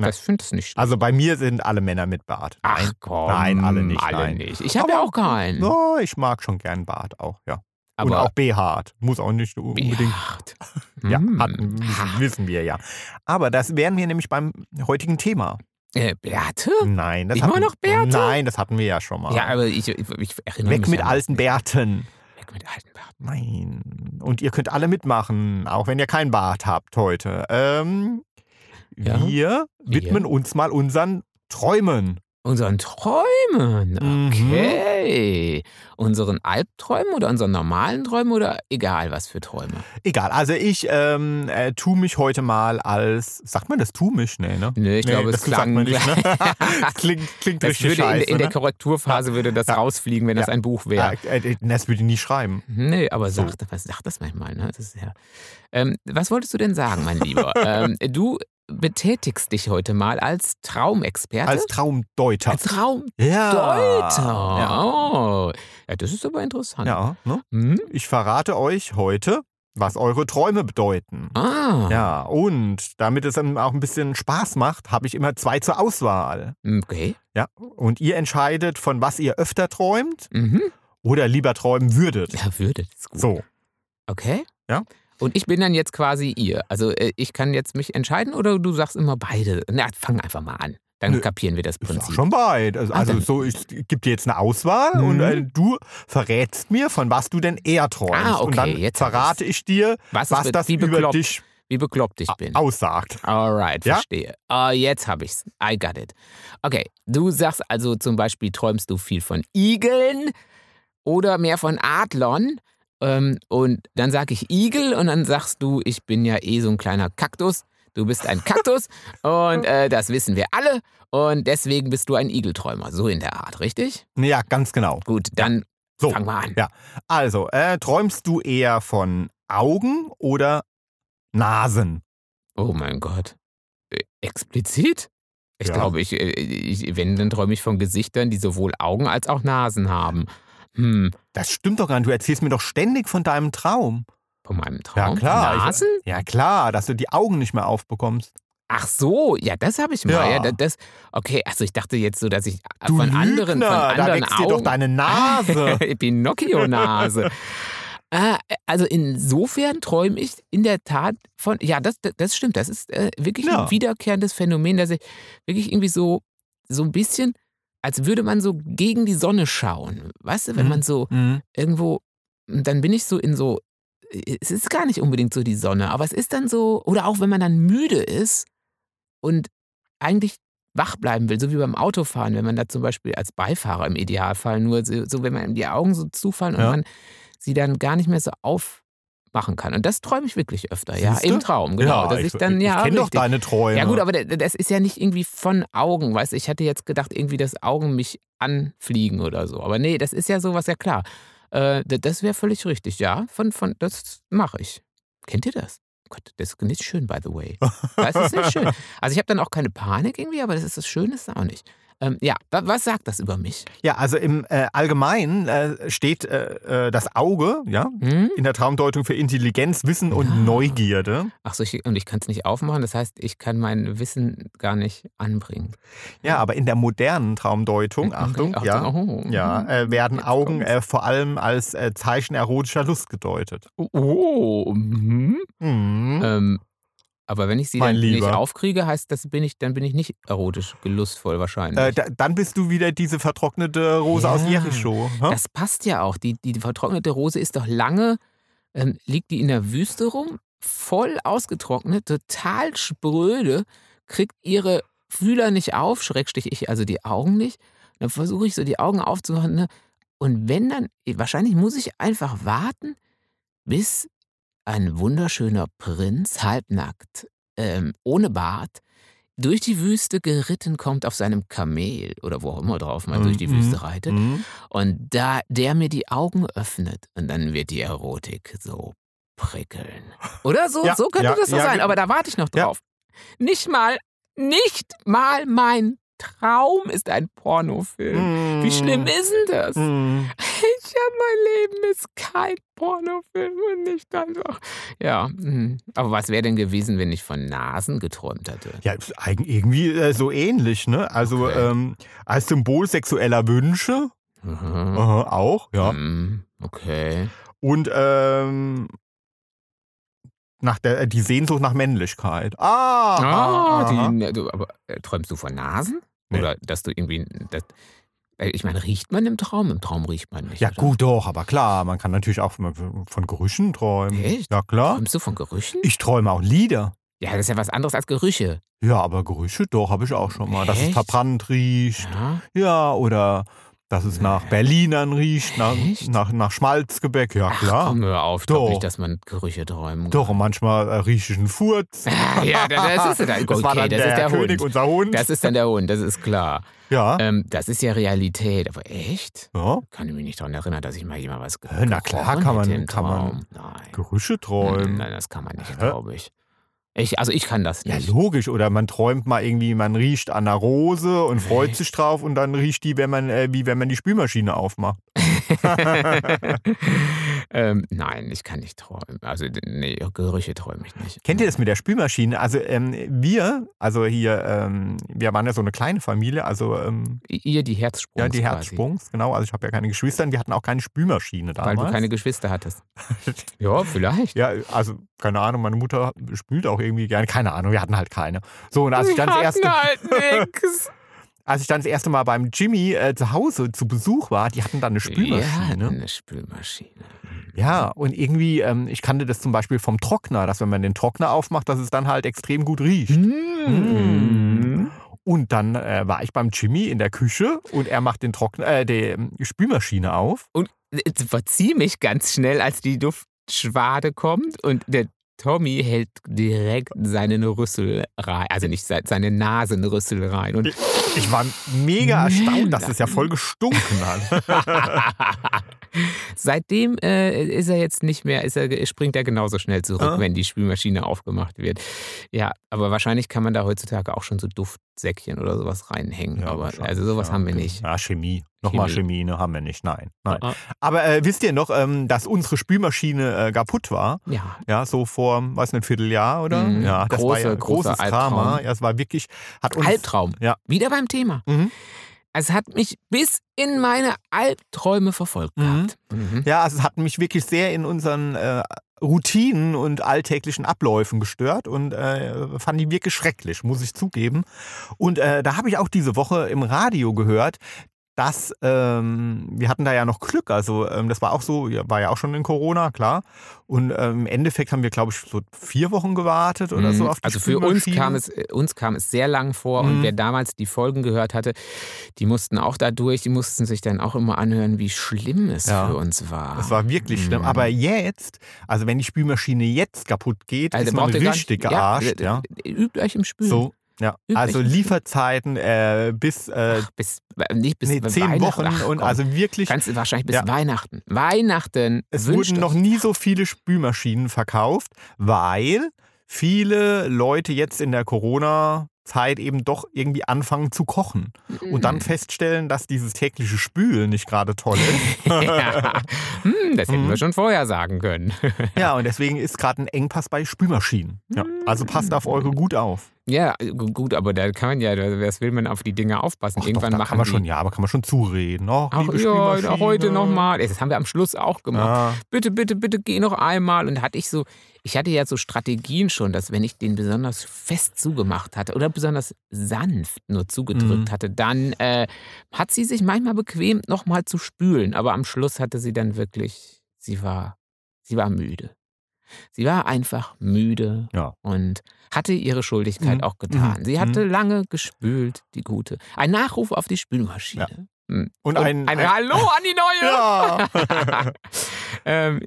Speaker 2: Na.
Speaker 1: Das findest du nicht schlimm.
Speaker 2: also bei mir sind alle Männer mit Bart.
Speaker 1: Ach komm,
Speaker 2: nein, alle nicht,
Speaker 1: Alle
Speaker 2: nein.
Speaker 1: nicht. Ich habe ja auch keinen.
Speaker 2: No, ich mag schon gern Bart auch, ja. Und
Speaker 1: aber
Speaker 2: auch behaart. Muss auch nicht unbedingt.
Speaker 1: behaart.
Speaker 2: Ja,
Speaker 1: Mm.
Speaker 2: hatten, wissen- wissen wir ja. Aber das wären wir nämlich beim heutigen Thema.
Speaker 1: Äh, Beate?
Speaker 2: Nein, das
Speaker 1: Immer
Speaker 2: hatten,
Speaker 1: noch Bärte?
Speaker 2: Nein, das hatten wir ja schon mal.
Speaker 1: Ja, aber ich, ich, ich erinnere mich
Speaker 2: Weg mit
Speaker 1: an das
Speaker 2: alten
Speaker 1: nicht.
Speaker 2: Bärten.
Speaker 1: Weg mit alten Bärten.
Speaker 2: Nein. Und ihr könnt alle mitmachen, auch wenn ihr keinen Bart habt heute. Ähm,
Speaker 1: Ja.
Speaker 2: Wir widmen
Speaker 1: Wir.
Speaker 2: uns mal unseren Träumen.
Speaker 1: Unseren Träumen.
Speaker 2: Mhm.
Speaker 1: Okay. Unseren Albträumen oder unseren normalen Träumen oder egal was für Träume.
Speaker 2: Egal, also ich ähm, äh, tu mich heute mal als, sagt man das, tu mich? Nee, ne?
Speaker 1: Nö, ich
Speaker 2: nee,
Speaker 1: glaube,
Speaker 2: das
Speaker 1: es klang.
Speaker 2: Sagt man nicht, ne? das klingt, klingt
Speaker 1: das
Speaker 2: richtig
Speaker 1: würde in,
Speaker 2: scheiße.
Speaker 1: in der
Speaker 2: ne?
Speaker 1: Korrekturphase würde das rausfliegen, wenn das
Speaker 2: Ja.
Speaker 1: ein Buch
Speaker 2: ja,
Speaker 1: wäre.
Speaker 2: äh, äh, das würde ich nie schreiben.
Speaker 1: Nee, aber
Speaker 2: So.
Speaker 1: sag, was, sag das manchmal. Ne? Das ist ja, ähm, was wolltest du denn sagen, mein Lieber? ähm, du betätigst dich heute mal als Traumexperte.
Speaker 2: Als Traumdeuter.
Speaker 1: Als Traumdeuter.
Speaker 2: Ah, Ja.
Speaker 1: Oh. ja, das ist aber interessant.
Speaker 2: Ja, ne?
Speaker 1: Hm?
Speaker 2: Ich verrate euch heute, was eure Träume bedeuten.
Speaker 1: Ah.
Speaker 2: Ja, und damit es dann auch ein bisschen Spaß macht, habe ich immer zwei zur Auswahl.
Speaker 1: Okay.
Speaker 2: Ja, und ihr entscheidet, von was ihr öfter träumt
Speaker 1: Mhm.
Speaker 2: oder lieber träumen würdet.
Speaker 1: Ja, würde. Das ist gut.
Speaker 2: So,
Speaker 1: Okay.
Speaker 2: Ja.
Speaker 1: Und ich bin dann jetzt quasi ihr. Also äh, ich kann jetzt mich entscheiden oder du sagst immer beide. Na, fang einfach mal an. Dann
Speaker 2: Nö.
Speaker 1: kapieren wir das
Speaker 2: Ist auch
Speaker 1: Prinzip.
Speaker 2: schon weit. Also,
Speaker 1: Ah,
Speaker 2: also
Speaker 1: dann-
Speaker 2: so, ich gebe dir jetzt eine Auswahl
Speaker 1: Mhm.
Speaker 2: und äh, du verrätst mir, von was du denn eher träumst.
Speaker 1: Ah, okay,
Speaker 2: und dann
Speaker 1: jetzt hab
Speaker 2: verrate ich dir,
Speaker 1: Was,
Speaker 2: was
Speaker 1: ist,
Speaker 2: das
Speaker 1: wie
Speaker 2: über
Speaker 1: bekloppt,
Speaker 2: dich
Speaker 1: wie bekloppt ich bin.
Speaker 2: aussagt.
Speaker 1: Alright,
Speaker 2: Ja?
Speaker 1: verstehe. Ah, jetzt habe ich's. I got it. Okay, du sagst also zum Beispiel, träumst du viel von Igeln oder mehr von Adlern? Ähm, und dann sage ich Igel und dann sagst du, ich bin ja eh so ein kleiner Kaktus. Du bist ein Kaktus und äh, das wissen wir alle. Und deswegen bist du ein Igelträumer. So in der Art, richtig?
Speaker 2: Ja, ganz genau.
Speaker 1: Gut, dann
Speaker 2: So.
Speaker 1: fangen wir an.
Speaker 2: Ja. Also, äh, träumst du eher von Augen oder Nasen?
Speaker 1: Oh mein Gott. Äh, Explizit? Ich
Speaker 2: Ja.
Speaker 1: glaube, ich, äh, ich, wenn, dann träume ich von Gesichtern, die sowohl Augen als auch Nasen haben. Hm,
Speaker 2: Das stimmt doch gar nicht. Du erzählst mir doch ständig von deinem Traum.
Speaker 1: von meinem Traum.
Speaker 2: Ja, klar. Ich-
Speaker 1: Nasen?
Speaker 2: Ja, klar, dass du die Augen nicht mehr aufbekommst.
Speaker 1: Ach so, ja, das habe ich mal. Ja.
Speaker 2: Ja.
Speaker 1: da- das, okay, also ich dachte jetzt so, dass ich äh,
Speaker 2: Du
Speaker 1: von anderen, von
Speaker 2: Lügner, da
Speaker 1: anderen
Speaker 2: wächst dir doch
Speaker 1: Augen.
Speaker 2: deine Nase.
Speaker 1: Pinocchio-Nase. Ah, also insofern träume ich in der Tat von, ja, das, das stimmt, das ist äh, wirklich ein
Speaker 2: Ja.
Speaker 1: wiederkehrendes Phänomen, dass ich wirklich irgendwie so, so ein bisschen, als würde man so gegen die Sonne schauen. Weißt du, wenn
Speaker 2: Mhm.
Speaker 1: man so
Speaker 2: mhm.
Speaker 1: irgendwo, dann bin ich so in so, äh, es ist gar nicht unbedingt so die Sonne, aber es ist dann so, oder auch wenn man dann müde ist und eigentlich wach bleiben will, so wie beim Autofahren, wenn man da zum Beispiel als Beifahrer im Idealfall nur so, so wenn man die Augen so zufallen und
Speaker 2: Ja.
Speaker 1: man sie dann gar nicht mehr so aufmachen kann. Und das träume ich wirklich öfter, ja,
Speaker 2: Siehste?
Speaker 1: im Traum, genau. dass ich, dann, ja,
Speaker 2: ich kenne doch
Speaker 1: richtig.
Speaker 2: deine Träume.
Speaker 1: Ja gut, aber da- das ist ja nicht irgendwie von Augen, weißt du? Ich hatte jetzt gedacht, irgendwie, dass Augen mich anfliegen oder so. Aber nee, das ist ja sowas, ja klar. Äh, d- das wäre völlig richtig, ja. Von, von, das mache ich. Kennt ihr das? Oh Gott, das ist nicht schön, by the way. Das ist sehr schön. Also ich habe dann auch keine Panik irgendwie, aber das ist das Schöne ist es auch nicht. Ähm, ja, wa- was sagt das über mich?
Speaker 2: Ja, also im äh, Allgemeinen äh, steht äh, äh, das Auge, ja,
Speaker 1: Hm?
Speaker 2: in der Traumdeutung für Intelligenz, Wissen und
Speaker 1: Ah.
Speaker 2: Neugierde.
Speaker 1: Ach so, ich, und ich kann es nicht aufmachen. Das heißt, ich kann mein Wissen gar nicht anbringen.
Speaker 2: Ja, aber in der modernen
Speaker 1: Hm,
Speaker 2: Traumdeutung, Achtung, ja,
Speaker 1: oh.
Speaker 2: ja äh, werden
Speaker 1: Jetzt
Speaker 2: Augen
Speaker 1: kommt's.
Speaker 2: äh, vor allem als äh, Zeichen erotischer Lust gedeutet.
Speaker 1: Oh, mhm.
Speaker 2: Hm.
Speaker 1: Ähm, aber wenn ich sie
Speaker 2: Mein
Speaker 1: dann nicht
Speaker 2: Lieber.
Speaker 1: aufkriege, heißt das, bin ich, dann bin ich nicht erotisch gelustvoll wahrscheinlich.
Speaker 2: Äh, da, dann bist du wieder diese vertrocknete Rose aus
Speaker 1: Ja.
Speaker 2: Jericho. hä?
Speaker 1: das passt ja auch. Die, die, die vertrocknete Rose ist doch lange, ähm, liegt die in der Wüste rum, voll ausgetrocknet, total spröde, kriegt ihre Fühler nicht auf, schrägstich ich also die Augen nicht. Dann versuche ich so die Augen aufzumachen. Ne? Und wenn dann, wahrscheinlich muss ich einfach warten, bis ein wunderschöner Prinz, halbnackt, ähm, ohne Bart, durch die Wüste geritten kommt auf seinem Kamel oder wo auch immer drauf man durch die
Speaker 2: Mhm.
Speaker 1: Wüste reitet.
Speaker 2: Hm.
Speaker 1: Und da der mir die Augen öffnet und dann wird die Erotik so prickeln. Oder so,
Speaker 2: Ja,
Speaker 1: so könnte
Speaker 2: ja,
Speaker 1: das so
Speaker 2: ja,
Speaker 1: sein,
Speaker 2: ge-
Speaker 1: aber da warte ich noch
Speaker 2: Ja.
Speaker 1: drauf. Nicht mal, nicht mal mein Traum ist ein
Speaker 2: Mm.
Speaker 1: Pornofilm. Wie schlimm ist denn das?
Speaker 2: Hm.
Speaker 1: Ich hab mein Leben ist kein Pornofilm und nicht einfach. Ja, mhm. aber was wäre denn gewesen, wenn ich von Nasen geträumt hätte?
Speaker 2: Ja, ist eigen- irgendwie äh, so ähnlich, ne? Also
Speaker 1: Okay.
Speaker 2: ähm, als Symbol sexueller Wünsche
Speaker 1: Mhm.
Speaker 2: aha, auch, ja.
Speaker 1: Mhm. Okay.
Speaker 2: Und ähm, nach der, äh, die Sehnsucht nach Männlichkeit. Ah,
Speaker 1: Ah,
Speaker 2: aha.
Speaker 1: die, ne, du, aber äh, träumst du von Nasen?
Speaker 2: Nee.
Speaker 1: Oder dass du irgendwie. Das, äh, ich meine, riecht man im Traum? Im Traum riecht man nicht.
Speaker 2: ja
Speaker 1: oder?
Speaker 2: gut, doch, aber klar, man kann natürlich auch von, von Gerüchen träumen.
Speaker 1: Echt?
Speaker 2: Ja klar.
Speaker 1: Träumst du von Gerüchen?
Speaker 2: Ich träume auch Lieder.
Speaker 1: ja, das ist ja was anderes als Gerüche.
Speaker 2: Ja, aber Gerüche, doch, habe ich auch schon mal. Dass
Speaker 1: Echt?
Speaker 2: es verbrannt riecht.
Speaker 1: Ja.
Speaker 2: Ja, oder dass es nach Berlinern riecht, nach,
Speaker 1: Echt?
Speaker 2: nach, nach Schmalzgebäck. Ja
Speaker 1: Ach,
Speaker 2: klar.
Speaker 1: komm, hör auf, doch
Speaker 2: Doch.
Speaker 1: nicht, dass man Gerüche träumen
Speaker 2: Doch, und manchmal äh, rieche ich einen Furz.
Speaker 1: Ah, ja, da- das ist ja dann-
Speaker 2: das war
Speaker 1: okay,
Speaker 2: dann
Speaker 1: das
Speaker 2: der,
Speaker 1: ist der
Speaker 2: König,
Speaker 1: Hund.
Speaker 2: unser Hund. Ah.
Speaker 1: Das ist dann der Hund, das ist klar.
Speaker 2: ja.
Speaker 1: Ähm, das ist ja Realität, aber echt?
Speaker 2: ja.
Speaker 1: Kann ich mich nicht daran erinnern, dass ich mal jemand was ge
Speaker 2: Hä, na klar
Speaker 1: gerochen
Speaker 2: kann man-
Speaker 1: hätte im
Speaker 2: kann man-
Speaker 1: Traum. Nein.
Speaker 2: Gerüche
Speaker 1: Hm,
Speaker 2: träumen.
Speaker 1: Nein, das kann man nicht,
Speaker 2: Hä?
Speaker 1: glaube ich. ich. Also ich kann das
Speaker 2: Ja,
Speaker 1: nicht.
Speaker 2: logisch. Oder man träumt mal irgendwie, man riecht an einer Rose und freut
Speaker 1: Nee.
Speaker 2: sich drauf und dann riecht die, wenn man, äh, wie wenn man die Spülmaschine aufmacht.
Speaker 1: Ähm, nein, ich kann nicht träumen. Also, nee, Gerüche träume ich nicht.
Speaker 2: Kennt ihr das mit der Spülmaschine? Also ähm, wir, also hier, ähm, wir waren ja so eine kleine Familie, also ähm,
Speaker 1: Ihr die Herzsprungs.
Speaker 2: ja, die
Speaker 1: quasi,
Speaker 2: Herzsprungs, genau. Also ich habe ja keine Geschwister und wir hatten auch keine Spülmaschine
Speaker 1: Weil
Speaker 2: damals.
Speaker 1: du keine Geschwister hattest. ja, vielleicht.
Speaker 2: ja, also keine Ahnung, meine Mutter spült auch irgendwie gerne, keine Ahnung, wir hatten halt keine. So, und als ich dann das erste,
Speaker 1: halt nix.
Speaker 2: als ich dann das erste Mal beim Jimmy äh, zu Hause zu Besuch war, die hatten dann eine Spülmaschine.
Speaker 1: Ja, eine Spülmaschine.
Speaker 2: Ja, und irgendwie, ähm, ich kannte das zum Beispiel vom Trockner, dass wenn man den Trockner aufmacht, dass es dann halt extrem gut
Speaker 1: Mhm.
Speaker 2: riecht.
Speaker 1: Mm.
Speaker 2: Und dann äh, war ich beim Jimmy in der Küche und er macht den Trockner, äh, die ähm, Spülmaschine auf.
Speaker 1: Und ich verzieh mich ganz schnell, als die Duftschwade kommt und der Tommy hält direkt seinen Rüssel rein. Also nicht se- seine Nasenrüssel rein. Und
Speaker 2: Ich war mega erstaunt, dass es ja voll gestunken hat.
Speaker 1: Seitdem äh, ist er jetzt nicht mehr, ist er, springt er genauso schnell zurück,
Speaker 2: Ah.
Speaker 1: wenn die Spülmaschine aufgemacht wird. Ja, aber wahrscheinlich kann man da heutzutage auch schon so Duftsäckchen oder sowas reinhängen.
Speaker 2: Ja,
Speaker 1: aber
Speaker 2: wahrscheinlich,
Speaker 1: also sowas
Speaker 2: ja,
Speaker 1: haben wir
Speaker 2: okay.
Speaker 1: nicht.
Speaker 2: Ja, Chemie. Nochmal
Speaker 1: Chemie.
Speaker 2: Chemie, ne, haben wir nicht. Nein. Nein.
Speaker 1: Ah,
Speaker 2: Aber äh, wisst ihr noch, ähm, dass unsere Spülmaschine äh, kaputt war?
Speaker 1: Ja,
Speaker 2: Ja, so vor, weiß nicht, Vierteljahr oder?
Speaker 1: Mhm.
Speaker 2: Ja, das war
Speaker 1: Große,
Speaker 2: ja ein
Speaker 1: großer
Speaker 2: großes Drama.
Speaker 1: Albtraum.
Speaker 2: Ja, es war wirklich, hat uns.
Speaker 1: Albtraum.
Speaker 2: Ja.
Speaker 1: Wieder beim Thema.
Speaker 2: Mhm.
Speaker 1: Es hat mich bis in meine Albträume verfolgt
Speaker 2: Mhm.
Speaker 1: gehabt. Mhm.
Speaker 2: Ja, also es hat mich wirklich sehr in unseren äh, Routinen und alltäglichen Abläufen gestört und äh, fand die wirklich schrecklich, muss ich zugeben. Und äh, da habe ich auch diese Woche im Radio gehört, dass ähm, wir hatten da ja noch Glück. Also ähm, das war auch so, ja, war ja auch schon in Corona, klar. Und ähm, im Endeffekt haben wir, glaube ich, so vier Wochen gewartet oder so
Speaker 1: Mhm.
Speaker 2: auf die
Speaker 1: also für uns
Speaker 2: Spülmaschine.
Speaker 1: kam, es, äh, uns kam es sehr lang vor
Speaker 2: Mhm.
Speaker 1: und wer damals die Folgen gehört hatte, die mussten auch da durch, die mussten sich dann auch immer anhören, wie schlimm es
Speaker 2: Ja.
Speaker 1: für uns war.
Speaker 2: Das war wirklich schlimm.
Speaker 1: Mhm.
Speaker 2: Aber jetzt, also wenn die Spülmaschine jetzt kaputt geht,
Speaker 1: Also
Speaker 2: ist man
Speaker 1: braucht ihr gar
Speaker 2: richtig
Speaker 1: nicht-
Speaker 2: gearscht. Ja,
Speaker 1: äh, Übt euch im Spülen.
Speaker 2: So, ja.
Speaker 1: Üblich.
Speaker 2: Also Lieferzeiten äh, bis, äh,
Speaker 1: Ach, bis, äh, nicht bis
Speaker 2: nee, zehn
Speaker 1: Weihnachten.
Speaker 2: Wochen
Speaker 1: Ach,
Speaker 2: und
Speaker 1: komm.
Speaker 2: also wirklich,
Speaker 1: Ganz wahrscheinlich bis
Speaker 2: Ja.
Speaker 1: Weihnachten. Weihnachten.
Speaker 2: es
Speaker 1: wünscht
Speaker 2: wurden noch
Speaker 1: euch.
Speaker 2: nie so viele Spülmaschinen verkauft, weil viele Leute jetzt in der Corona-Zeit eben doch irgendwie anfangen zu kochen und
Speaker 1: Mm.
Speaker 2: dann feststellen, dass dieses tägliche Spülen nicht gerade toll ist.
Speaker 1: ja. hm, das hätten
Speaker 2: Mhm.
Speaker 1: wir schon vorher sagen können.
Speaker 2: ja, und deswegen ist gerade ein Engpass bei Spülmaschinen. Ja. Also passt auf
Speaker 1: Mm.
Speaker 2: eure gut auf.
Speaker 1: Ja, gu- gut, aber da kann man ja, das will man auf die Dinge aufpassen.
Speaker 2: Ach doch,
Speaker 1: Irgendwann
Speaker 2: da
Speaker 1: machen
Speaker 2: kann man
Speaker 1: die,
Speaker 2: schon, ja, aber kann man schon zureden. Och,
Speaker 1: Ach
Speaker 2: liebe
Speaker 1: ja,
Speaker 2: Spülmaschine.
Speaker 1: heute nochmal. Das haben wir am Schluss auch gemacht.
Speaker 2: Ja.
Speaker 1: Bitte, bitte, bitte geh noch einmal. Und hatte ich so, ich hatte ja so Strategien schon, dass wenn ich den besonders fest zugemacht hatte oder besonders sanft nur zugedrückt
Speaker 2: Mhm.
Speaker 1: hatte, dann äh, hat sie sich manchmal bequemt, nochmal zu spülen. Aber am Schluss hatte sie dann wirklich, sie war, sie war müde. Sie war einfach müde
Speaker 2: Ja.
Speaker 1: und hatte ihre Schuldigkeit
Speaker 2: Mhm.
Speaker 1: auch getan. Sie
Speaker 2: Mhm.
Speaker 1: hatte lange gespült, die gute. Ein Nachruf auf die Spülmaschine. Mhm.
Speaker 2: Und ein- ein-
Speaker 1: Hallo an die neue.
Speaker 2: Ja.
Speaker 1: ähm,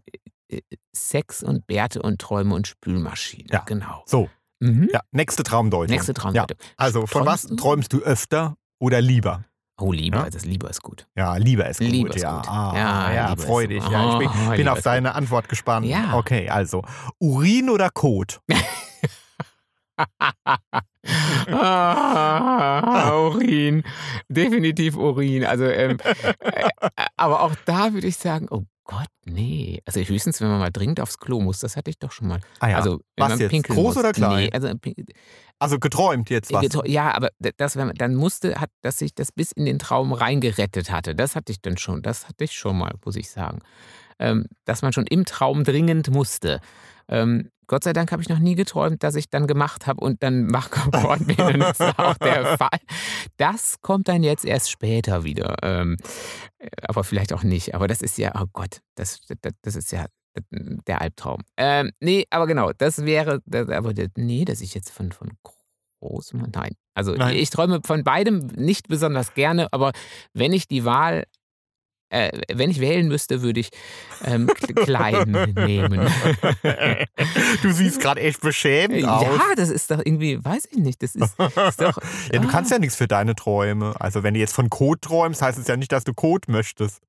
Speaker 1: äh, Sex und Bärte und Träume und Spülmaschine.
Speaker 2: Ja.
Speaker 1: Genau.
Speaker 2: so,
Speaker 1: Mhm.
Speaker 2: ja, nächste Traumdeutung.
Speaker 1: Nächste Traum.
Speaker 2: Ja,
Speaker 1: bitte.
Speaker 2: Also von
Speaker 1: Träumst
Speaker 2: was
Speaker 1: du?
Speaker 2: träumst du öfter oder lieber?
Speaker 1: Oh, Liebe,
Speaker 2: Ja?
Speaker 1: das Liebe ist gut.
Speaker 2: Ja, lieber ist gut.
Speaker 1: Lieber ist
Speaker 2: ja,
Speaker 1: gut.
Speaker 2: Ah, ja,
Speaker 1: Ja,
Speaker 2: ja
Speaker 1: lieber ist
Speaker 2: freu dich.
Speaker 1: super.
Speaker 2: Ja, ich bin,
Speaker 1: Ah,
Speaker 2: bin
Speaker 1: lieber
Speaker 2: auf
Speaker 1: ist gut.
Speaker 2: deine Antwort gespannt.
Speaker 1: Ja.
Speaker 2: Okay, also Urin oder Kot?
Speaker 1: ah, Urin. Definitiv Urin. Also, ähm, äh, aber auch da würde ich sagen, oh Gott, nee. Also höchstens, wenn man mal dringend aufs Klo muss, das hatte ich doch schon mal.
Speaker 2: Ah ja.
Speaker 1: Also, wenn
Speaker 2: Was
Speaker 1: man
Speaker 2: jetzt?
Speaker 1: pinkeln
Speaker 2: Groß
Speaker 1: muss.
Speaker 2: oder klein?
Speaker 1: Nee, also, pin-
Speaker 2: also geträumt jetzt was?
Speaker 1: Getro- Äh, Ja, aber d- das, wenn man, dann musste, hat, dass ich das bis in den Traum reingerettet hatte. Das hatte ich dann schon, das hatte ich schon mal, muss ich sagen. Ähm, dass man schon im Traum dringend musste. Ähm, Gott sei Dank habe ich noch nie geträumt, dass ich dann gemacht habe und dann wach geworden bin. Und das war auch der Fall. Das kommt dann jetzt erst später wieder. Ähm, äh, aber vielleicht auch nicht. Aber das ist ja, oh Gott, das, das, das ist ja äh, der Albtraum. Ähm, nee, aber genau, das wäre, das, aber das, nee, dass ich jetzt von, von großem, nein. Also
Speaker 2: Nein.
Speaker 1: ich träume von beidem nicht besonders gerne, aber wenn ich die Wahl, äh, wenn ich wählen müsste, würde ich ähm, kl- klein nehmen.
Speaker 2: du siehst gerade echt beschämt aus.
Speaker 1: ja, das ist doch irgendwie, weiß ich nicht, das ist, ist doch.
Speaker 2: Ja, du kannst ja nichts für deine Träume. Also wenn du jetzt von Kot träumst, heißt es ja nicht, dass du Kot möchtest.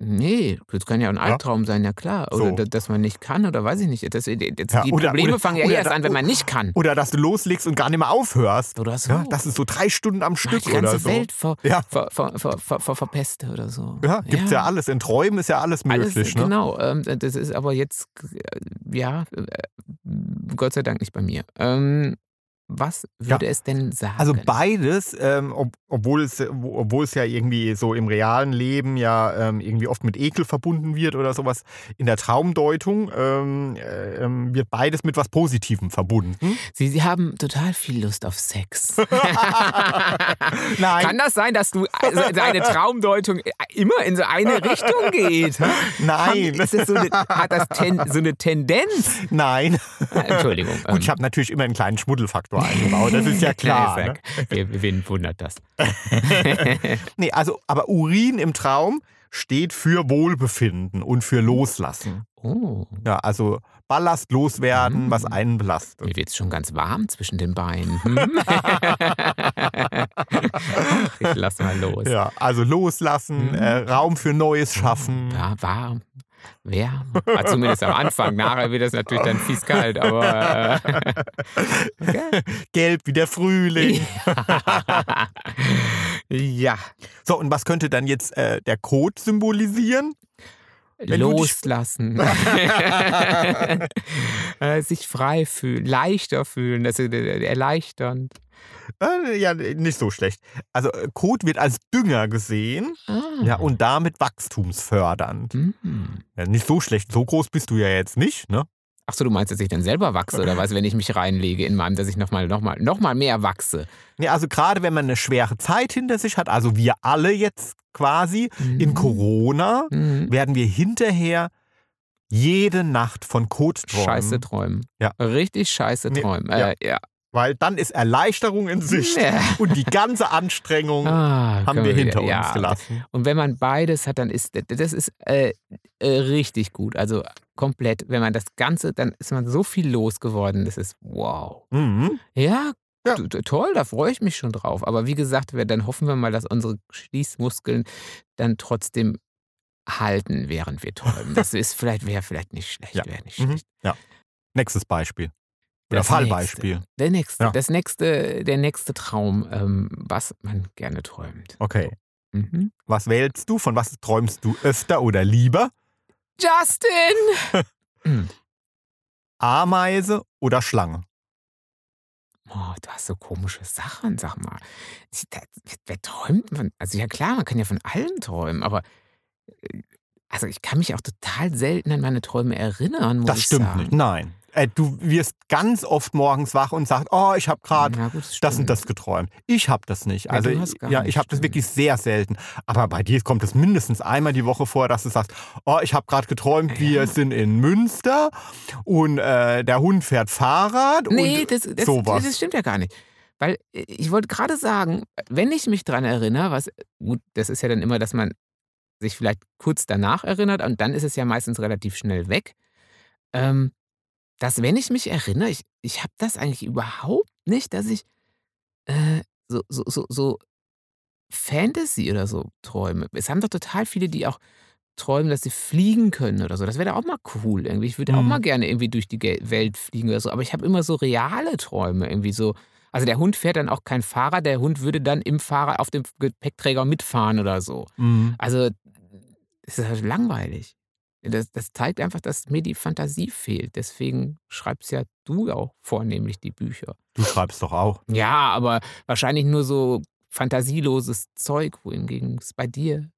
Speaker 1: ah, Nee, das kann ja auch ein Albtraum sein, ja klar. Oder
Speaker 2: So.
Speaker 1: da- dass man nicht kann oder weiß ich nicht. Das, äh, das,
Speaker 2: Ja,
Speaker 1: die
Speaker 2: oder-
Speaker 1: Probleme
Speaker 2: oder-
Speaker 1: fangen ja
Speaker 2: oder
Speaker 1: erst
Speaker 2: da-
Speaker 1: an, wenn man nicht kann.
Speaker 2: Oder dass du loslegst und gar nicht mehr aufhörst.
Speaker 1: Oder so.
Speaker 2: Ja, das ist so drei Stunden am
Speaker 1: Ach,
Speaker 2: Stück
Speaker 1: die ganze
Speaker 2: oder so.
Speaker 1: Welt vor,
Speaker 2: Ja.
Speaker 1: vor, vor, vor, vor, vor verpeste oder so.
Speaker 2: Ja, gibt's ja. alles. In Träumen ist ja alles möglich.
Speaker 1: Alles,
Speaker 2: ne?
Speaker 1: Genau, ähm, das ist aber jetzt, äh, ja, äh, Gott sei Dank nicht bei mir. Ähm, was würde es denn sagen?
Speaker 2: Also beides, ähm, ob, obwohl, es, äh, wo- obwohl es ja irgendwie so im realen Leben ja ähm, irgendwie oft mit Ekel verbunden wird oder sowas, in der Traumdeutung ähm, äh, ähm, wird beides mit was Positivem verbunden.
Speaker 1: Sie, Sie haben total viel Lust auf Sex.
Speaker 2: Nein.
Speaker 1: Kann das sein, dass du also deine Traumdeutung äh, immer in so eine Richtung geht?
Speaker 2: Nein.
Speaker 1: Haben, ist das so eine, hat das ten, so eine Tendenz?
Speaker 2: Nein.
Speaker 1: Ah, Entschuldigung.
Speaker 2: Gut, ich habe natürlich immer einen kleinen Schmuddelfaktor eingebaut, das ist ja klar. ne?
Speaker 1: Wer, wen wundert das?
Speaker 2: Nee, also, aber Urin im Traum steht für Wohlbefinden und für Loslassen.
Speaker 1: Oh,
Speaker 2: Ja, also Ballast loswerden,
Speaker 1: Mm.
Speaker 2: was einen belastet.
Speaker 1: mir wird es schon ganz warm zwischen den Beinen. Hm? ich lass mal los.
Speaker 2: Ja, also loslassen,
Speaker 1: Mhm.
Speaker 2: äh, Raum für Neues schaffen.
Speaker 1: War, warm, wärm. War zumindest am Anfang. Nachher wird es natürlich dann fies kalt, aber. Äh, gell?
Speaker 2: Gelb wie der Frühling.
Speaker 1: ja.
Speaker 2: So, und was könnte dann jetzt äh, der Code symbolisieren? Wenn du dich-
Speaker 1: Loslassen. Äh, Sich frei fühlen, leichter fühlen, das ist äh, erleichternd.
Speaker 2: Äh, ja, nicht so schlecht. Also äh, Code wird als Dünger gesehen
Speaker 1: Ah.
Speaker 2: ja, und damit wachstumsfördernd.
Speaker 1: Mhm.
Speaker 2: Ja, nicht so schlecht, so groß bist du ja jetzt nicht, ne?
Speaker 1: Ach so, du meinst, dass ich dann selber wachse oder was, wenn ich mich reinlege in meinem, dass ich nochmal noch mal, noch mal mehr wachse?
Speaker 2: Nee, also gerade wenn man eine schwere Zeit hinter sich hat, also wir alle jetzt quasi
Speaker 1: Hm.
Speaker 2: in Corona,
Speaker 1: Mhm.
Speaker 2: werden wir hinterher jede Nacht von Code träumen.
Speaker 1: Scheiße träumen.
Speaker 2: Ja.
Speaker 1: Richtig scheiße
Speaker 2: Nee,
Speaker 1: träumen.
Speaker 2: ja.
Speaker 1: Äh, ja.
Speaker 2: Weil dann ist Erleichterung in Sicht
Speaker 1: Ja.
Speaker 2: und die ganze Anstrengung
Speaker 1: Ah,
Speaker 2: haben
Speaker 1: können
Speaker 2: wir
Speaker 1: wieder-
Speaker 2: hinter uns
Speaker 1: ja.
Speaker 2: gelassen.
Speaker 1: Und wenn man beides hat, dann ist das ist äh, äh, richtig gut. Also komplett. Wenn man das Ganze, dann ist man so viel losgeworden. Das ist wow.
Speaker 2: Mhm.
Speaker 1: Ja,
Speaker 2: Ja.
Speaker 1: t- t- toll, da freue ich mich schon drauf. Aber wie gesagt, wir, dann hoffen wir mal, dass unsere Schließmuskeln dann trotzdem halten, während wir träumen. Das ist vielleicht, wäre vielleicht nicht schlecht,
Speaker 2: Ja.
Speaker 1: wäre nicht
Speaker 2: Mhm.
Speaker 1: schlecht.
Speaker 2: Ja. Nächstes Beispiel. Oder
Speaker 1: Das
Speaker 2: Fallbeispiel.
Speaker 1: Der nächste,
Speaker 2: Ja.
Speaker 1: das nächste, der nächste Traum, ähm, was man gerne träumt.
Speaker 2: Okay.
Speaker 1: Mhm.
Speaker 2: Was wählst du? Von was träumst du öfter oder lieber?
Speaker 1: Justin! Hm.
Speaker 2: Ameise oder Schlange?
Speaker 1: Oh, du hast so komische Sachen, sag mal. Ich, da, wer träumt man? Also ja klar, man kann ja von allem träumen, aber äh, also ich kann mich auch total selten an meine Träume erinnern, muss
Speaker 2: Das
Speaker 1: ich
Speaker 2: stimmt
Speaker 1: sagen.
Speaker 2: nicht. Nein. Äh, du wirst ganz oft morgens wach und sagst, oh, ich habe gerade
Speaker 1: Na gut, das,
Speaker 2: das und
Speaker 1: stimmt.
Speaker 2: das geträumt. Ich habe das nicht.
Speaker 1: Mhm. Ja,
Speaker 2: Also
Speaker 1: du hast gar
Speaker 2: ja,
Speaker 1: nicht, Mhm.
Speaker 2: ich habe das
Speaker 1: stimmt.
Speaker 2: wirklich sehr selten. Aber bei dir kommt es mindestens einmal die Woche vor, dass du sagst, oh, ich habe gerade geträumt, wir sind in Münster und äh, der Hund fährt Fahrrad
Speaker 1: Nee,
Speaker 2: und
Speaker 1: das, das,
Speaker 2: sowas.
Speaker 1: das stimmt ja gar nicht. Weil äh, ich wollte gerade sagen, wenn ich mich dran erinnere, was, gut, das ist ja dann immer, dass man sich vielleicht kurz danach erinnert und dann ist es ja meistens relativ schnell weg, ähm, dass wenn ich mich erinnere, ich, ich habe das eigentlich überhaupt nicht, dass ich äh, so, so, so, so Fantasy oder so träume. Es haben doch total viele, die auch träumen, dass sie fliegen können oder so. Das wäre doch auch mal cool irgendwie. Ich würde auch
Speaker 2: Mhm.
Speaker 1: mal gerne irgendwie durch die Gel- Welt fliegen oder so. Aber ich habe immer so reale Träume irgendwie so. Also der Hund fährt dann auch kein Fahrer, der Hund würde dann im Fahrer auf dem Gepäckträger mitfahren oder so.
Speaker 2: Mhm.
Speaker 1: Also, es ist halt langweilig. Das, das zeigt einfach, dass mir die Fantasie fehlt. Deswegen schreibst ja du auch vornehmlich die Bücher.
Speaker 2: Du schreibst doch auch.
Speaker 1: Ja, aber wahrscheinlich nur so fantasieloses Zeug, wohingegen es bei dir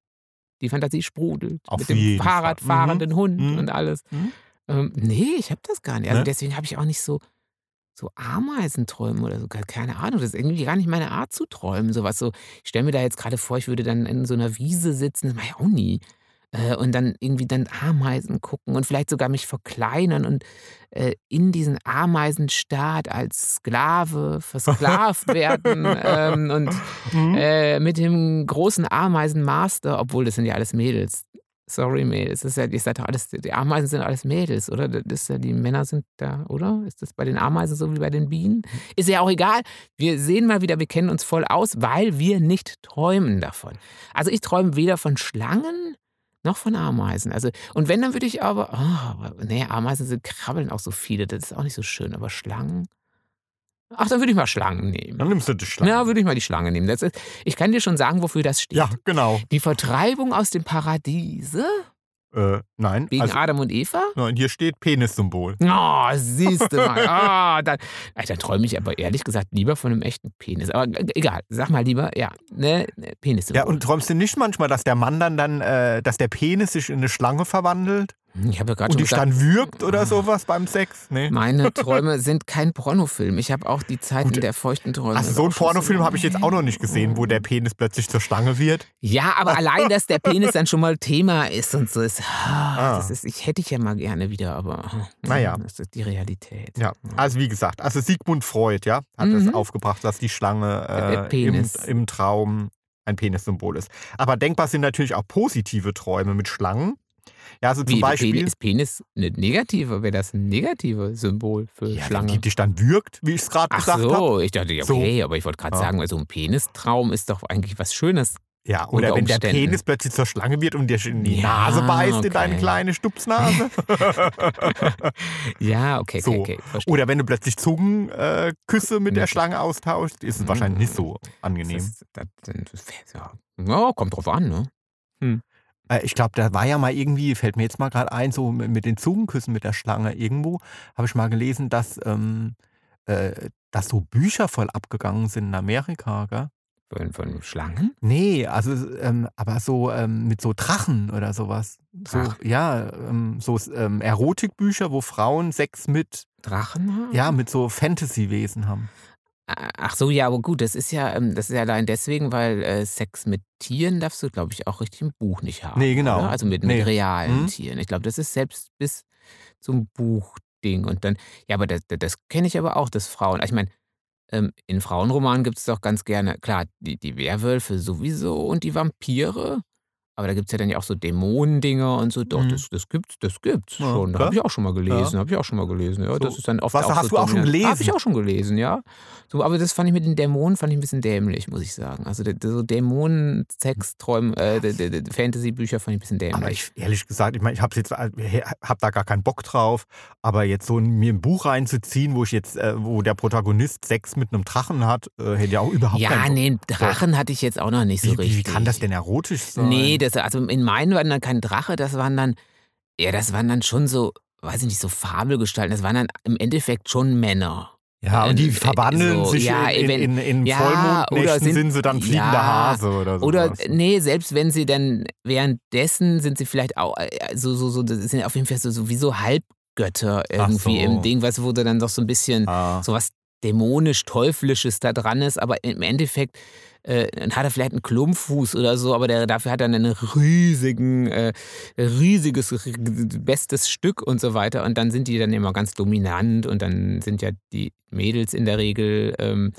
Speaker 1: die Fantasie sprudelt.
Speaker 2: Auf
Speaker 1: mit dem
Speaker 2: jeden Fall.
Speaker 1: Fahrradfahrenden Hund
Speaker 2: Mhm.
Speaker 1: und alles.
Speaker 2: Mhm.
Speaker 1: Ähm, nee, ich habe das gar nicht. Also
Speaker 2: Ne?
Speaker 1: deswegen habe ich auch nicht so, so Ameisenträume oder so. gar- Keine Ahnung. Das ist irgendwie gar nicht meine Art zu träumen. Sowas so. Ich stelle mir da jetzt gerade vor, ich würde dann in so einer Wiese sitzen. Das mache ich auch nie. Äh, Und dann irgendwie dann Ameisen gucken und vielleicht sogar mich verkleinern und äh, in diesen Ameisenstaat als Sklave versklavt werden ähm, und
Speaker 2: Mhm.
Speaker 1: äh, mit dem großen Ameisenmaster, obwohl das sind ja alles Mädels. Sorry, Mädels. Das ist ja, ihr seid doch alles, die Ameisen sind alles Mädels, oder? Das ist ja, die Männer sind da, oder? Ist das bei den Ameisen so wie bei den Bienen? Ist ja auch egal. Wir sehen mal wieder, wir kennen uns voll aus, weil wir nicht träumen davon. Also ich träume weder von Schlangen Noch von Ameisen. Also, und wenn, dann würde ich aber. ah, aber- nee, Ameisen sind krabbeln auch so viele. Das ist auch nicht so schön. Aber Schlangen. Ach, dann würde ich mal Schlangen nehmen.
Speaker 2: Dann nimmst du die Schlange.
Speaker 1: Ja, würde ich mal die Schlange nehmen. Das ist, ich kann dir schon sagen, wofür das steht.
Speaker 2: Ja, genau.
Speaker 1: Die Vertreibung aus dem Paradiese
Speaker 2: Äh, nein.
Speaker 1: wegen
Speaker 2: Also,
Speaker 1: Adam und Eva?
Speaker 2: nein, hier steht Penissymbol.
Speaker 1: Oh, siehst du mal. Ah, dann, Ey, dann träume ich aber ehrlich gesagt lieber von einem echten Penis. Aber e- egal, sag mal lieber, ja, ne, ne Penis.
Speaker 2: Ja, und träumst du nicht manchmal, dass der Mann dann, dann äh, dass der Penis sich in eine Schlange verwandelt
Speaker 1: ich habe ja gerade schon
Speaker 2: und die
Speaker 1: gesagt,
Speaker 2: dann würgt oder
Speaker 1: Ah.
Speaker 2: sowas beim Sex? Nee.
Speaker 1: meine Träume sind kein Pornofilm. Ich habe auch die Zeiten
Speaker 2: Gut.
Speaker 1: der feuchten Träume.
Speaker 2: Also so einen
Speaker 1: auch schon
Speaker 2: Pornofilm habe ich jetzt auch noch nicht gesehen, wo der Penis plötzlich zur Schlange wird.
Speaker 1: Ja, aber allein, dass der Penis dann schon mal Thema ist und so ist. ah, Das ist ich hätte ich ja mal gerne wieder, aber ah,
Speaker 2: Naja.
Speaker 1: das ist die Realität.
Speaker 2: Ja, also wie gesagt, also Sigmund Freud, ja, hat
Speaker 1: Mhm.
Speaker 2: das aufgebracht, dass die Schlange
Speaker 1: Der
Speaker 2: äh, im,
Speaker 1: Penis.
Speaker 2: im Traum ein Penissymbol ist. Aber denkbar sind natürlich auch positive Träume mit Schlangen. Ja, also zum
Speaker 1: Wie,
Speaker 2: Beispiel.
Speaker 1: Penis, ist Penis eine negative? Wäre das ein negatives Symbol für
Speaker 2: ja, wenn
Speaker 1: Schlange?
Speaker 2: die dich dann würgt, wie ich es gerade
Speaker 1: Ach
Speaker 2: gesagt habe.
Speaker 1: so, ich dachte, ja,
Speaker 2: So.
Speaker 1: okay, aber ich wollte gerade
Speaker 2: Ja.
Speaker 1: sagen, so ein Penistraum ist doch eigentlich was Schönes.
Speaker 2: Ja, oder
Speaker 1: Unter
Speaker 2: wenn der
Speaker 1: Umständen.
Speaker 2: Penis plötzlich zur Schlange wird und dir in die
Speaker 1: Ja,
Speaker 2: Nase beißt,
Speaker 1: okay.
Speaker 2: in deine kleine Stupsnase.
Speaker 1: Ja, okay,
Speaker 2: So.
Speaker 1: okay, okay. Verstehe.
Speaker 2: oder wenn du plötzlich Zungenküsse äh, Küsse mit der
Speaker 1: Mit-
Speaker 2: Schlange austauschst, ist es
Speaker 1: Mhm.
Speaker 2: wahrscheinlich nicht so
Speaker 1: Das
Speaker 2: angenehm.
Speaker 1: ist, das, das, ja. ja, kommt drauf an, ne?
Speaker 2: Äh, Ich glaube, da war ja mal irgendwie, fällt mir jetzt mal gerade ein, so mit mit den Zungenküssen mit der Schlange irgendwo, habe ich mal gelesen, dass, ähm, äh, dass so Bücher voll abgegangen sind in Amerika, gell?
Speaker 1: Von, von Schlangen?
Speaker 2: Nee, also ähm, aber so ähm, mit so Drachen oder sowas. So,
Speaker 1: Drachen?
Speaker 2: ja, ähm, so ähm, Erotikbücher, wo Frauen Sex mit,
Speaker 1: Drachen? halt, haben?
Speaker 2: ja, mit so Fantasy-Wesen haben.
Speaker 1: Ach so, ja, aber gut, das ist ja, ähm, das ist ja allein deswegen, weil äh, Sex mit Tieren darfst du, glaube ich, auch richtig im Buch nicht haben.
Speaker 2: Nee, genau.
Speaker 1: Oder? Also mit,
Speaker 2: Nee.
Speaker 1: mit realen
Speaker 2: Mhm.
Speaker 1: Tieren. Ich glaube, das ist selbst bis zum Buchding. Und dann, ja, aber das, das kenne ich aber auch, dass Frauen, ich meine, ähm, in Frauenromanen gibt es doch ganz gerne, klar, die, die Werwölfe sowieso und die Vampire. Aber da gibt es ja dann ja auch so Dämonendinger und so. Doch,
Speaker 2: Mhm.
Speaker 1: das, das gibt's, das gibt's
Speaker 2: Ja,
Speaker 1: schon. Da
Speaker 2: klar.
Speaker 1: habe ich auch schon mal gelesen, habe ich auch schon mal gelesen. Ja,
Speaker 2: So.
Speaker 1: das ist dann oft
Speaker 2: Was,
Speaker 1: auch
Speaker 2: hast
Speaker 1: so
Speaker 2: du auch schon
Speaker 1: dominant. Habe ich
Speaker 2: gelesen?
Speaker 1: auch schon gelesen, ja. So, aber das fand ich mit den Dämonen fand ich ein bisschen dämlich, muss ich sagen. Also d- d- so Dämonen, Sex, Träume, äh, d- d- d- Fantasy-Bücher fand ich ein bisschen dämlich.
Speaker 2: Aber ich, ehrlich gesagt, ich meine, ich habe jetzt, äh, hab da gar keinen Bock drauf. Aber jetzt so ein, mir ein Buch reinzuziehen, wo ich jetzt, äh, wo der Protagonist Sex mit einem Drachen hat, äh, hätte ja auch überhaupt keinen
Speaker 1: ja,
Speaker 2: Bock.
Speaker 1: nee, Drachen hatte ich jetzt auch noch nicht so
Speaker 2: Wie, wie,
Speaker 1: richtig.
Speaker 2: wie kann das denn erotisch sein?
Speaker 1: Nee, das, also in meinen waren dann kein Drache, das waren dann, ja, das waren dann schon so, weiß ich nicht, so Fabelgestalten, das waren dann im Endeffekt schon Männer.
Speaker 2: ja, und die
Speaker 1: äh,
Speaker 2: verwandeln
Speaker 1: so,
Speaker 2: sich
Speaker 1: ja,
Speaker 2: in,
Speaker 1: wenn-
Speaker 2: in, in, in
Speaker 1: ja, oder
Speaker 2: Vollmondnächten
Speaker 1: sind-
Speaker 2: sind, sie dann fliegender
Speaker 1: ja,
Speaker 2: Hase oder so.
Speaker 1: Oder nee, selbst wenn sie dann währenddessen sind sie vielleicht auch äh, so so so das sind auf jeden Fall so, so wie so Halbgötter
Speaker 2: Ach
Speaker 1: irgendwie
Speaker 2: so.
Speaker 1: im Ding, was wurde dann doch so ein bisschen
Speaker 2: ah.
Speaker 1: so was dämonisch teuflisches da dran ist, aber im Endeffekt äh, dann hat er vielleicht einen Klumpfuß oder so, aber der, dafür hat er dann einen riesigen, äh, riesiges, r- bestes Stück und so weiter. Und dann sind die dann immer ganz dominant und dann sind ja die Mädels in der Regel ähm,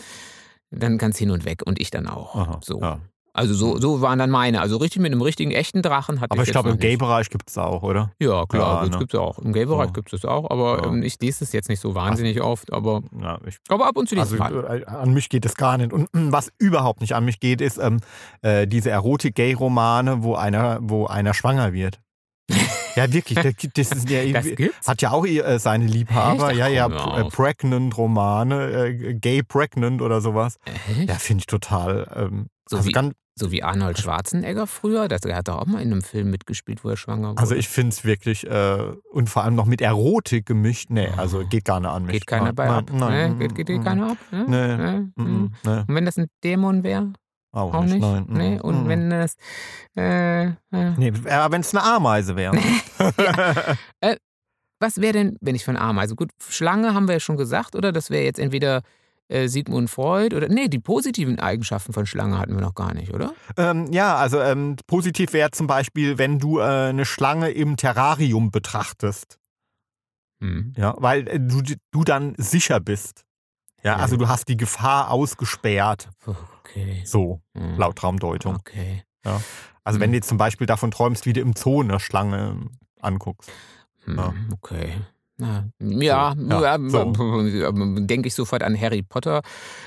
Speaker 1: dann ganz hin und weg und ich dann auch.
Speaker 2: Aha,
Speaker 1: so.
Speaker 2: ja.
Speaker 1: Also so, so waren dann meine. Also richtig mit einem richtigen, echten Drachen hatte
Speaker 2: Aber
Speaker 1: ich jetzt
Speaker 2: ich glaube,
Speaker 1: noch
Speaker 2: im
Speaker 1: nicht.
Speaker 2: Gay-Bereich gibt es auch, oder?
Speaker 1: Ja,
Speaker 2: Ja,
Speaker 1: klar, gut,
Speaker 2: ne?
Speaker 1: das gibt es auch. Im Gay-Bereich
Speaker 2: Ja.
Speaker 1: gibt es das auch, aber
Speaker 2: Ja.
Speaker 1: ähm, ich lese es jetzt nicht so wahnsinnig oft, aber,
Speaker 2: Ja, ich
Speaker 1: aber ab und zu lese
Speaker 2: Also
Speaker 1: ich mal.
Speaker 2: äh, an mich geht es gar nicht. Und äh, was überhaupt nicht an mich geht, ist ähm, äh, diese Erotik-Gay-Romane, wo einer, wo einer schwanger wird. ja, wirklich. Das, gibt- das ist ja,
Speaker 1: Das gibt's?
Speaker 2: hat ja auch äh, seine Liebhaber.
Speaker 1: Echt? Ach,
Speaker 2: ja, ja,
Speaker 1: komm
Speaker 2: pr-
Speaker 1: auf.
Speaker 2: äh, Pregnant-Romane, äh, Gay-Pregnant oder sowas.
Speaker 1: Echt?
Speaker 2: Ja, Also- finde ich total. Ähm,
Speaker 1: So
Speaker 2: also,
Speaker 1: wie-
Speaker 2: ganz,
Speaker 1: So wie Arnold Schwarzenegger früher, das, er hat doch auch mal in einem Film mitgespielt, wo er schwanger wurde.
Speaker 2: also ich finde es wirklich äh, und vor allem noch mit Erotik gemischt. Nee, also geht gar nicht an
Speaker 1: Ah.
Speaker 2: mich. Ah,
Speaker 1: geht keiner
Speaker 2: Nein,
Speaker 1: bei
Speaker 2: nein,
Speaker 1: ab.
Speaker 2: Nein,
Speaker 1: nee, geht, geht dir
Speaker 2: mm,
Speaker 1: keiner ab? Ne?
Speaker 2: Nee,
Speaker 1: Ne?
Speaker 2: mm,
Speaker 1: Mhm.
Speaker 2: mm, nee,
Speaker 1: Und wenn das ein Dämon wäre?
Speaker 2: auch,
Speaker 1: Auch nicht?
Speaker 2: Nein, mm,
Speaker 1: nee. Und
Speaker 2: mm.
Speaker 1: wenn das. Äh, äh,
Speaker 2: Nee, wenn es eine 'ne Ameise wäre.
Speaker 1: Was wäre denn, wenn ich von Ameisen? Gut, Schlange haben wir ja schon gesagt, oder? Das wäre jetzt entweder äh, Sigmund Freud oder. Nee, die positiven Eigenschaften von Schlange hatten wir noch gar nicht, oder?
Speaker 2: ähm, ja, also ähm, positiv wäre zum Beispiel, wenn du äh, eine Schlange im Terrarium betrachtest.
Speaker 1: Hm.
Speaker 2: Ja, weil äh, du, du dann sicher bist. Ja, also du hast die Gefahr ausgesperrt.
Speaker 1: Okay.
Speaker 2: So,
Speaker 1: Hm.
Speaker 2: laut Traumdeutung.
Speaker 1: Okay.
Speaker 2: Also
Speaker 1: Mhm.
Speaker 2: wenn du jetzt 'ne zum Beispiel davon träumst, wie du im Zoo eine Schlange anguckst.
Speaker 1: Hm.
Speaker 2: Ja.
Speaker 1: Okay. Ja, ja,
Speaker 2: Ja, so.
Speaker 1: denke ich sofort an Harry Potter.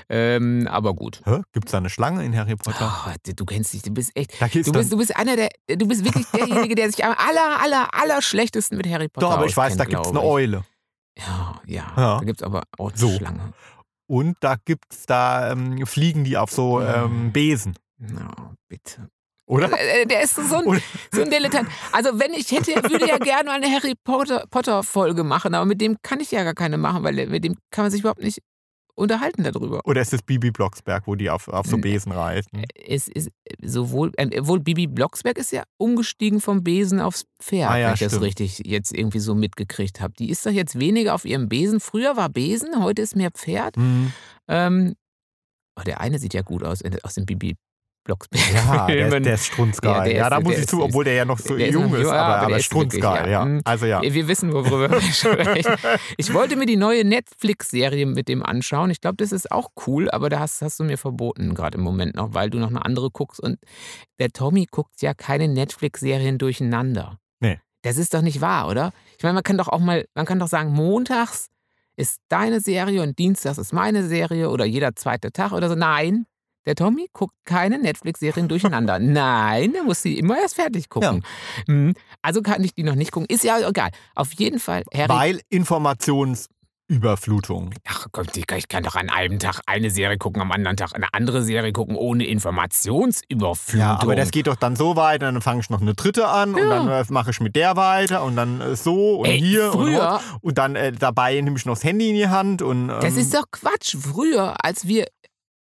Speaker 1: Ähm, aber gut.
Speaker 2: Hä? Gibt es da eine Schlange in Harry Potter?
Speaker 1: Ah, du du kennst dich, du bist echt.
Speaker 2: Da geht's
Speaker 1: Du
Speaker 2: dann-
Speaker 1: bist, du bist einer der, du bist wirklich derjenige, der sich am aller, aller, aller schlechtesten mit Harry Potter
Speaker 2: Doch, aber ich weiß, da
Speaker 1: auskennt,
Speaker 2: gibt es
Speaker 1: glaube
Speaker 2: eine Eule.
Speaker 1: ich. Ja, ja,
Speaker 2: Ja.
Speaker 1: da gibt es aber auch eine
Speaker 2: So.
Speaker 1: Schlange.
Speaker 2: Und da gibt's, da ähm, fliegen die auf so
Speaker 1: Ja.
Speaker 2: ähm, Besen,
Speaker 1: Na, bitte.
Speaker 2: oder?
Speaker 1: Äh, Der ist so ein,
Speaker 2: Oder-
Speaker 1: so ein Dilettant. Also wenn ich hätte, würde ja gerne mal eine Harry Potter, Potter Folge machen, aber mit dem kann ich ja gar keine machen, weil mit dem kann man sich überhaupt nicht unterhalten darüber.
Speaker 2: Oder ist es Bibi Blocksberg, wo die auf, auf so
Speaker 1: Nee.
Speaker 2: Besen reiten?
Speaker 1: Es ist sowohl, äh, wohl Bibi Blocksberg ist ja umgestiegen vom Besen aufs Pferd,
Speaker 2: Ah ja,
Speaker 1: wenn ich das
Speaker 2: stimmt.
Speaker 1: richtig jetzt irgendwie so mitgekriegt habe. Die ist doch jetzt weniger auf ihrem Besen. Früher war Besen, heute ist mehr Pferd.
Speaker 2: Hm.
Speaker 1: Ähm, oh, der eine sieht ja gut aus, äh, aus dem Bibi Blocksberg.
Speaker 2: Ja, der,
Speaker 1: Filmen.
Speaker 2: der ist strunzgeil.
Speaker 1: Ja,
Speaker 2: Ja,
Speaker 1: der ist-
Speaker 2: da muss
Speaker 1: der
Speaker 2: ich
Speaker 1: ist
Speaker 2: zu,
Speaker 1: süß.
Speaker 2: obwohl der ja noch so
Speaker 1: Der ist
Speaker 2: jung
Speaker 1: noch-
Speaker 2: ist,
Speaker 1: ja,
Speaker 2: aber,
Speaker 1: aber
Speaker 2: aber
Speaker 1: der ist wirklich,
Speaker 2: strunzgeil,
Speaker 1: ja.
Speaker 2: ja.
Speaker 1: Mhm.
Speaker 2: Also ja.
Speaker 1: Wir wissen, worüber wir sprechen. Ich wollte mir die neue Netflix-Serie mit dem anschauen. Ich glaube, das ist auch cool, aber da hast, hast du mir verboten, gerade im Moment noch, weil du noch eine andere guckst. Und der Tommy guckt ja keine Netflix-Serien durcheinander.
Speaker 2: Nee.
Speaker 1: Das ist doch nicht wahr, oder? Ich meine, man kann doch auch mal, man kann doch sagen, montags ist deine Serie und dienstags ist meine Serie oder jeder zweite Tag oder so. Nein. Der Tommy guckt keine Netflix-Serien durcheinander. Nein, er muss sie immer erst fertig gucken. Hm, Also kann ich die noch nicht gucken. Ist ja egal. Auf jeden Fall, Harry
Speaker 2: Weil Informationsüberflutung.
Speaker 1: Ach komm, Digga, ich kann doch an einem Tag eine Serie gucken, am anderen Tag eine andere Serie gucken, ohne Informationsüberflutung.
Speaker 2: Ja, aber das geht doch dann so weit, dann fange ich noch eine dritte an
Speaker 1: Ja.
Speaker 2: und dann äh, mache ich mit der weiter und dann äh, so und
Speaker 1: Ey,
Speaker 2: hier und
Speaker 1: früher-
Speaker 2: dort. und dann äh, dabei nehme ich noch das Handy in die Hand und ähm,
Speaker 1: Das ist doch Quatsch. Früher, als wir,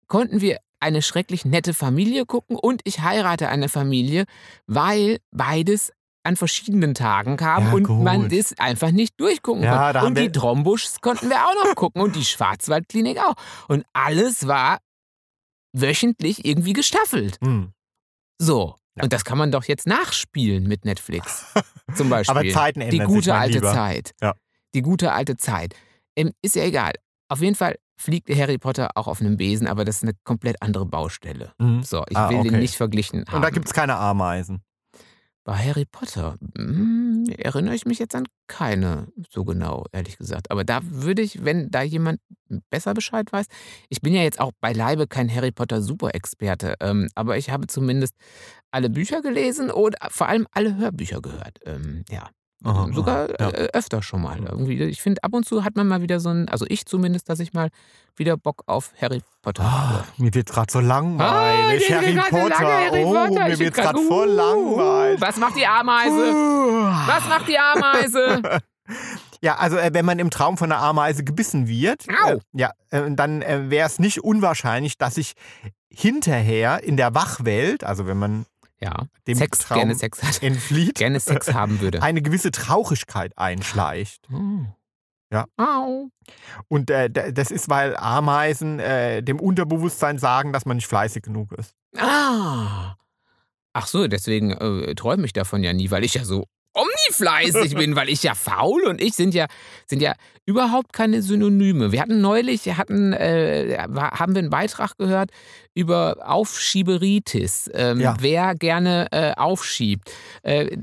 Speaker 1: konnten wir eine schrecklich nette Familie gucken und ich heirate eine Familie, weil beides an verschiedenen Tagen kam
Speaker 2: Ja,
Speaker 1: und
Speaker 2: gut.
Speaker 1: man das einfach nicht durchgucken
Speaker 2: Ja, da
Speaker 1: konnte.
Speaker 2: haben
Speaker 1: Und die
Speaker 2: wir-
Speaker 1: Trombuschs konnten wir auch noch gucken und die Schwarzwaldklinik auch. Und alles war wöchentlich irgendwie gestaffelt.
Speaker 2: hm.
Speaker 1: So.
Speaker 2: Ja.
Speaker 1: Und das kann man doch jetzt nachspielen mit Netflix. Zum Beispiel.
Speaker 2: aber Zeiten
Speaker 1: Die
Speaker 2: ändern sich,
Speaker 1: gute
Speaker 2: mein
Speaker 1: alte
Speaker 2: Lieber.
Speaker 1: Zeit.
Speaker 2: Ja.
Speaker 1: Die gute alte Zeit. Ähm, ist ja egal. Auf jeden Fall fliegt Harry Potter auch auf einem Besen, aber das ist eine komplett andere Baustelle.
Speaker 2: Hm.
Speaker 1: So, ich
Speaker 2: Ah,
Speaker 1: will den
Speaker 2: okay.
Speaker 1: nicht verglichen haben.
Speaker 2: Und da gibt es keine Ameisen.
Speaker 1: Bei Harry Potter hm, erinnere ich mich jetzt an keine so genau, ehrlich gesagt. Aber da würde ich, wenn da jemand besser Bescheid weiß, ich bin ja jetzt auch beileibe kein Harry Potter Superexperte, ähm, aber ich habe zumindest alle Bücher gelesen und vor allem alle Hörbücher gehört. Ähm, ja.
Speaker 2: Aha,
Speaker 1: Sogar
Speaker 2: aha, ja.
Speaker 1: äh, öfter schon mal. Irgendwie. Ich finde, ab und zu hat man mal wieder so einen, also ich zumindest, dass ich mal wieder Bock auf Harry Potter
Speaker 2: Ah,
Speaker 1: habe.
Speaker 2: mir wird gerade so
Speaker 1: Ah,
Speaker 2: langweilig.
Speaker 1: mir
Speaker 2: Harry,
Speaker 1: wird grad so
Speaker 2: Potter.
Speaker 1: lange Harry
Speaker 2: Oh,
Speaker 1: Potter. Ich
Speaker 2: mir
Speaker 1: bin
Speaker 2: wird gerade
Speaker 1: grad-
Speaker 2: voll
Speaker 1: Uh,
Speaker 2: langweilig.
Speaker 1: Was macht die Ameise?
Speaker 2: Uh.
Speaker 1: Was macht die Ameise?
Speaker 2: Ja, also äh, wenn man im Traum von einer Ameise gebissen wird,
Speaker 1: Au.
Speaker 2: äh, ja, äh, dann äh, wäre es nicht unwahrscheinlich, dass ich hinterher in der Wachwelt, also wenn man
Speaker 1: Ja,
Speaker 2: dem
Speaker 1: Sex,
Speaker 2: Traum
Speaker 1: gerne Sex hat.
Speaker 2: entflieht,
Speaker 1: Gerne Sex haben würde.
Speaker 2: eine gewisse Traurigkeit einschleicht.
Speaker 1: Hm.
Speaker 2: Ja.
Speaker 1: Au.
Speaker 2: Und äh, d- das ist, weil Ameisen äh, dem Unterbewusstsein sagen, dass man nicht fleißig genug ist.
Speaker 1: Ah. Ach so, deswegen äh, träume ich davon ja nie, weil ich ja so omnifleißig bin, weil ich ja faul und ich sind ja, sind ja überhaupt keine Synonyme. Wir hatten neulich, hatten, äh, war, haben wir einen Beitrag gehört über Aufschieberitis. Ähm,
Speaker 2: Ja.
Speaker 1: Wer gerne äh, aufschiebt. Äh,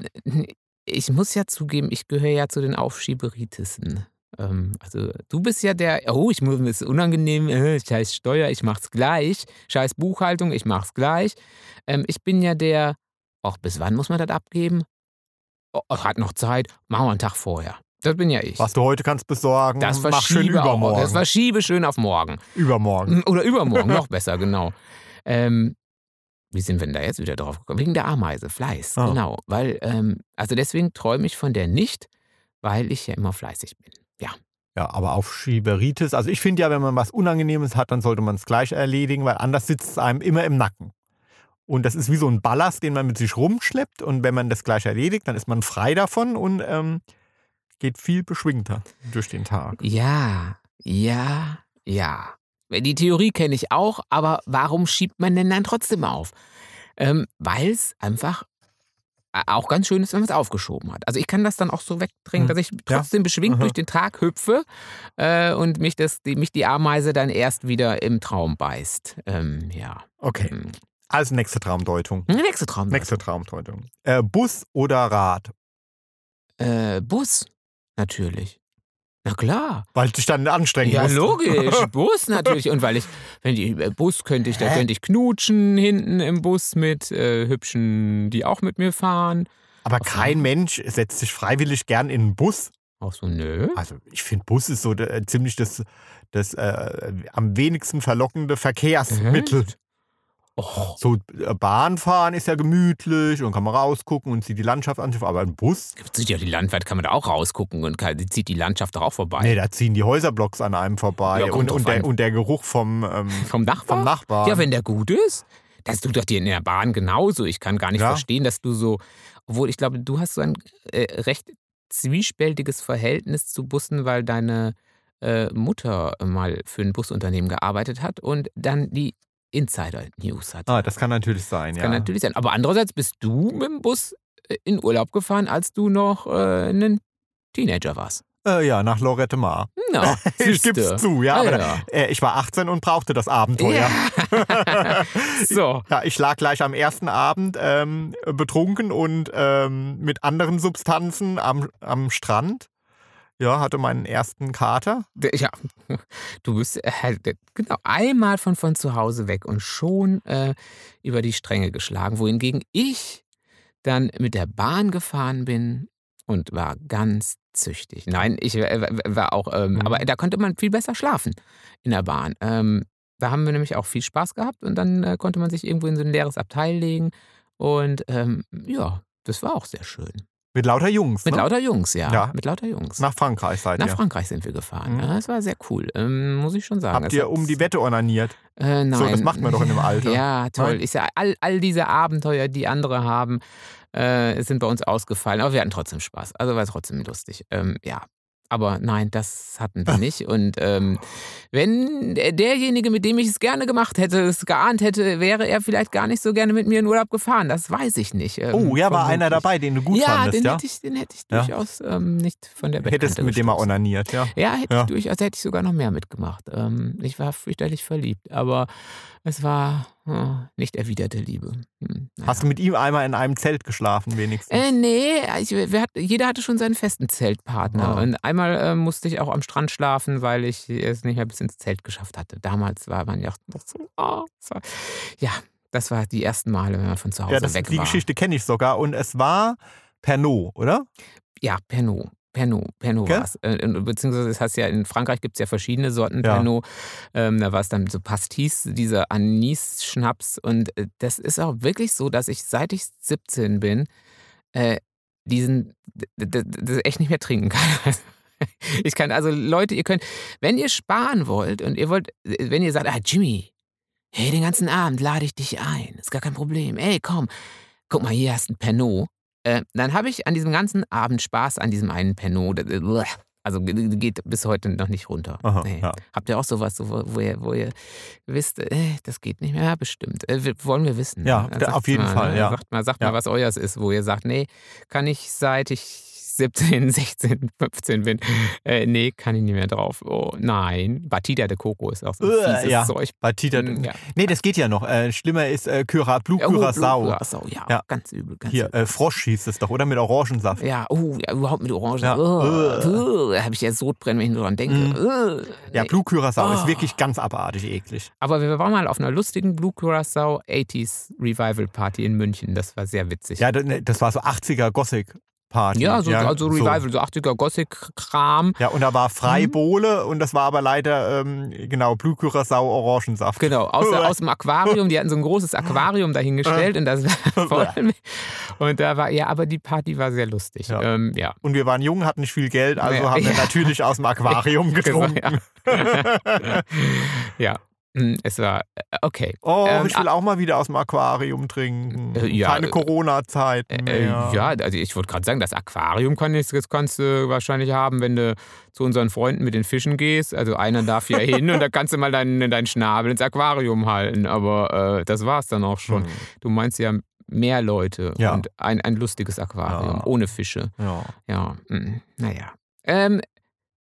Speaker 1: ich muss ja zugeben, ich gehöre ja zu den Aufschieberitisen. Ähm, also du bist ja der, oh, ich muss, mir ist unangenehm, äh, scheiß Steuer, ich mach's gleich, scheiß Buchhaltung, ich mach's gleich. Ähm, ich bin ja der, ach, bis wann muss man das abgeben? Oh, oh, hat noch Zeit, machen wir einen Tag vorher. Das bin ja ich.
Speaker 2: Was du heute kannst besorgen,
Speaker 1: das
Speaker 2: Mhm, mach schön
Speaker 1: verschiebe auch,
Speaker 2: übermorgen.
Speaker 1: das verschiebe schön auf morgen.
Speaker 2: übermorgen.
Speaker 1: Mm, Oder übermorgen, noch besser, genau. Ähm, wie sind wir denn da jetzt wieder drauf gekommen? Wegen der Ameise, Fleiß,
Speaker 2: Ah.
Speaker 1: genau. Weil, ähm, also deswegen träume ich von der nicht, weil ich ja immer fleißig bin.
Speaker 2: Ja, aber auf Schieberitis. Also ich finde ja, wenn man was Unangenehmes hat, dann sollte man es gleich erledigen, weil anders sitzt es einem immer im Nacken. Und das ist wie so ein Ballast, den man mit sich rumschleppt. Und wenn man das gleich erledigt, dann ist man frei davon und ähm, geht viel beschwingter durch den Tag.
Speaker 1: Ja, ja, ja. Äh, Die Theorie kenne ich auch, aber warum schiebt man denn dann trotzdem auf? Ähm, Weil es einfach a- auch ganz schön ist, wenn man es aufgeschoben hat. Also ich kann das dann auch so wegdrängen,
Speaker 2: Hm,
Speaker 1: dass ich trotzdem beschwingt
Speaker 2: Aha.
Speaker 1: durch den Tag hüpfe äh, und mich, das, die, mich die Ameise dann erst wieder im Traum beißt. Ähm, ja.
Speaker 2: Okay,
Speaker 1: Hm.
Speaker 2: also nächste Traumdeutung.
Speaker 1: Nächste Traum.
Speaker 2: Nächste Traumdeutung. Äh, Bus oder Rad?
Speaker 1: Äh, Bus, natürlich. Na klar.
Speaker 2: Weil ich dich dann anstrengen
Speaker 1: Ja,
Speaker 2: musst.
Speaker 1: logisch. Bus natürlich. Und weil ich, wenn die äh, Bus könnte ich, da könnte ich knutschen hinten im Bus mit äh, Hübschen, die auch mit mir fahren.
Speaker 2: Aber kein Mensch setzt sich freiwillig gern in einen Bus.
Speaker 1: Auch so, nö.
Speaker 2: Also ich finde, Bus ist so äh, ziemlich das, das äh, am wenigsten
Speaker 1: Mhm.
Speaker 2: verlockende Verkehrsmittel.
Speaker 1: Echt? Och,
Speaker 2: So äh, Bahnfahren ist ja gemütlich und kann man rausgucken und sieht die Landschaft an. Aber ein Bus,
Speaker 1: sieht ja die Landwirtschaft, kann man da auch rausgucken und kann, die zieht die Landschaft doch auch vorbei.
Speaker 2: nee, da ziehen die Häuserblocks an einem vorbei
Speaker 1: Ja, kommt
Speaker 2: und,
Speaker 1: drauf
Speaker 2: und,
Speaker 1: an.
Speaker 2: der, und der Geruch vom, ähm,
Speaker 1: Vom Nachbarn?
Speaker 2: vom Nachbarn.
Speaker 1: Ja, wenn der gut ist. Das tut doch dir in der Bahn genauso. Ich kann gar nicht
Speaker 2: Ja.
Speaker 1: verstehen, dass du so, obwohl ich glaube, du hast so ein äh, recht zwiespältiges Verhältnis zu Bussen, weil deine äh, Mutter mal für ein Busunternehmen gearbeitet hat und dann die Insider-News hat.
Speaker 2: ah, das kann natürlich sein,
Speaker 1: das
Speaker 2: ja.
Speaker 1: kann natürlich sein. Aber andererseits bist du mit dem Bus äh, in Urlaub gefahren, als du noch äh, ein Teenager warst.
Speaker 2: äh, ja, nach Lorette Mar.
Speaker 1: Na,
Speaker 2: Ich
Speaker 1: siehste.
Speaker 2: gib's zu, ja.
Speaker 1: Ah,
Speaker 2: Aber,
Speaker 1: ja.
Speaker 2: Äh, ich war 18 und brauchte das Abenteuer.
Speaker 1: Ja. so.
Speaker 2: Ja, ich lag gleich am ersten Abend ähm, betrunken und ähm, mit anderen Substanzen am, am Strand. Ja, hatte meinen ersten Kater.
Speaker 1: D- Ja, du bist äh, halt, äh, genau einmal von, von zu Hause weg und schon äh, über die Stränge geschlagen, wohingegen ich dann mit der Bahn gefahren bin und war ganz züchtig. Nein, ich äh, w- w- war auch, ähm,
Speaker 2: Mhm.
Speaker 1: aber da konnte man viel besser schlafen in der Bahn. Ähm, da haben wir nämlich auch viel Spaß gehabt und dann äh, konnte man sich irgendwo in so ein leeres Abteil legen und ähm, ja, das war auch sehr schön.
Speaker 2: Mit lauter Jungs.
Speaker 1: Mit
Speaker 2: ne?
Speaker 1: lauter Jungs, ja.
Speaker 2: Ja.
Speaker 1: Mit lauter Jungs.
Speaker 2: Nach Frankreich seid
Speaker 1: Nach
Speaker 2: ihr.
Speaker 1: Frankreich sind wir gefahren.
Speaker 2: Mhm.
Speaker 1: Ja, Das war sehr cool, ähm, muss ich schon sagen.
Speaker 2: Habt
Speaker 1: Das
Speaker 2: ihr
Speaker 1: hat-
Speaker 2: um die Wette ornaniert?
Speaker 1: Äh, nein.
Speaker 2: So, das macht man doch in dem Alter.
Speaker 1: Ja, toll.
Speaker 2: Nein?
Speaker 1: Ist ja all, all diese Abenteuer, die andere haben, äh, sind bei uns ausgefallen. Aber wir hatten trotzdem Spaß. Also war trotzdem lustig. Ähm, ja. Aber nein, das hatten wir nicht. Und ähm, wenn der- derjenige, mit dem ich es gerne gemacht hätte, es geahnt hätte, wäre er vielleicht gar nicht so gerne mit mir in Urlaub gefahren. Das weiß ich nicht. Ähm,
Speaker 2: Oh, ja, war einer
Speaker 1: vermutlich.
Speaker 2: dabei, den du gut
Speaker 1: ja,
Speaker 2: fandest,
Speaker 1: den
Speaker 2: ja?
Speaker 1: hätte ich, den hätte ich
Speaker 2: Ja.
Speaker 1: durchaus ähm, nicht von der Bettkante
Speaker 2: Hättest du mit dem mal
Speaker 1: gestoßen.
Speaker 2: ornaniert, ja.
Speaker 1: Ja, hätte
Speaker 2: Ja.
Speaker 1: ich durchaus, hätte ich sogar noch mehr mitgemacht. Ähm, ich war fürchterlich verliebt, aber es war äh, nicht erwiderte Liebe. Hm, naja.
Speaker 2: Hast du mit ihm einmal in einem Zelt geschlafen, wenigstens?
Speaker 1: äh, nee, ich, wir hat, jeder hatte schon seinen festen Zeltpartner.
Speaker 2: Ah.
Speaker 1: Und einmal äh, musste ich auch am Strand schlafen, weil ich es nicht mehr bis ins Zelt geschafft hatte. Damals war man ja auch noch so. ah, es war, ja, das war die ersten Male, wenn man von zu Hause
Speaker 2: ja, das,
Speaker 1: also weg
Speaker 2: die
Speaker 1: war.
Speaker 2: Geschichte kenne ich sogar. Und es war Pernod, oder?
Speaker 1: Ja, Pernod. Pernod, Pernod
Speaker 2: Gell?
Speaker 1: war es. Beziehungsweise das heißt ja, in Frankreich gibt es ja verschiedene Sorten
Speaker 2: Ja.
Speaker 1: Pernod. Ähm, da war es dann so Pastis, dieser Anis-Schnaps. Und äh, das ist auch wirklich so, dass ich seit ich 17 bin, äh, diesen d- d- d- das echt nicht mehr trinken kann. Ich kann, also Leute, ihr könnt, wenn ihr sparen wollt und ihr wollt, wenn ihr sagt, ah, Jimmy, hey, den ganzen Abend lade ich dich ein, ist gar kein Problem, ey, komm, guck mal, hier hast du ein Pernod. Äh, dann habe ich an diesem ganzen Abend Spaß an diesem einen Pernod. Das- äh, bleh. Also ge- ge- geht bis heute noch nicht runter.
Speaker 2: Aha,
Speaker 1: Nee.
Speaker 2: ja.
Speaker 1: Habt ihr auch sowas, so, wo, wo, ihr, wo ihr wisst, äh, das geht nicht mehr? Ja, bestimmt. Äh, wir- wollen wir wissen.
Speaker 2: Ja,
Speaker 1: Dann
Speaker 2: da-
Speaker 1: sagt's
Speaker 2: auf jeden
Speaker 1: mal,
Speaker 2: Fall,
Speaker 1: ne?
Speaker 2: ja.
Speaker 1: Sagt mal, sagt
Speaker 2: Ja.
Speaker 1: mal, was euers ist, wo ihr sagt, nee, kann ich seit ich 17, 16, 15 bin, äh, nee, kann ich nicht mehr drauf. Oh nein, Batida de Coco ist auch so ein
Speaker 2: Uah,
Speaker 1: fieses
Speaker 2: Äh, ja.
Speaker 1: Zeug. Hm,
Speaker 2: Bei Tita.
Speaker 1: Mm, Ja.
Speaker 2: Nee, das geht ja noch. Äh, schlimmer ist äh, Cura, Blue
Speaker 1: Oh, Blue
Speaker 2: Curacao.
Speaker 1: Curaçao, ja,
Speaker 2: Ja.
Speaker 1: ganz übel, ganz
Speaker 2: Hier, äh, Frosch hieß es doch, oder? Mit Orangensaft.
Speaker 1: Ja, oh, ja, überhaupt mit Orangen.
Speaker 2: Ja. Äh.
Speaker 1: Ja. Oh, da habe ich ja Sodbrennen, wenn ich nur dran denke.
Speaker 2: Mhm.
Speaker 1: Ugh.
Speaker 2: Ja,
Speaker 1: Nee.
Speaker 2: Blue Curacao ist
Speaker 1: Ah.
Speaker 2: wirklich ganz abartig eklig.
Speaker 1: Aber wir waren mal auf einer lustigen Blue Curacao 80s Revival Party in München. Das war sehr witzig.
Speaker 2: Ja, d- ne, das war so 80er Gothic Party.
Speaker 1: Ja, so, also Revival, so 80er Gothic-Kram.
Speaker 2: Ja, und da war Freibowle
Speaker 1: Mhm.
Speaker 2: und das war aber leider, ähm, genau, Blue Curacao Orangensaft.
Speaker 1: Genau, aus, der- aus dem Aquarium. Die hatten so ein großes Aquarium dahingestellt und das war voll. mit- Und da war, ja, aber die Party war sehr lustig.
Speaker 2: Ja.
Speaker 1: Ja. Ähm, ja.
Speaker 2: Und wir waren jung, hatten nicht viel Geld, also
Speaker 1: Ja,
Speaker 2: haben wir
Speaker 1: ja. Genau,
Speaker 2: natürlich aus dem Aquarium getrunken.
Speaker 1: Ja. ja, Hm, es war äh, okay.
Speaker 2: Oh,
Speaker 1: Ähm,
Speaker 2: ich will auch mal wieder aus dem Aquarium trinken.
Speaker 1: Äh, ja,
Speaker 2: Keine
Speaker 1: äh,
Speaker 2: Corona-Zeit
Speaker 1: Äh,
Speaker 2: mehr.
Speaker 1: ja, also ich wollte gerade sagen, das Aquarium kann ich, das kannst du wahrscheinlich haben, wenn du zu unseren Freunden mit den Fischen gehst. Also einer darf hier hin und da kannst du mal deinen, deinen Schnabel ins Aquarium halten. Aber äh, das war's dann auch schon.
Speaker 2: Hm,
Speaker 1: Du meinst ja mehr Leute
Speaker 2: Ja.
Speaker 1: und ein, ein lustiges Aquarium
Speaker 2: Ja.
Speaker 1: ohne Fische.
Speaker 2: ja.
Speaker 1: Ja, mm, naja. Ähm,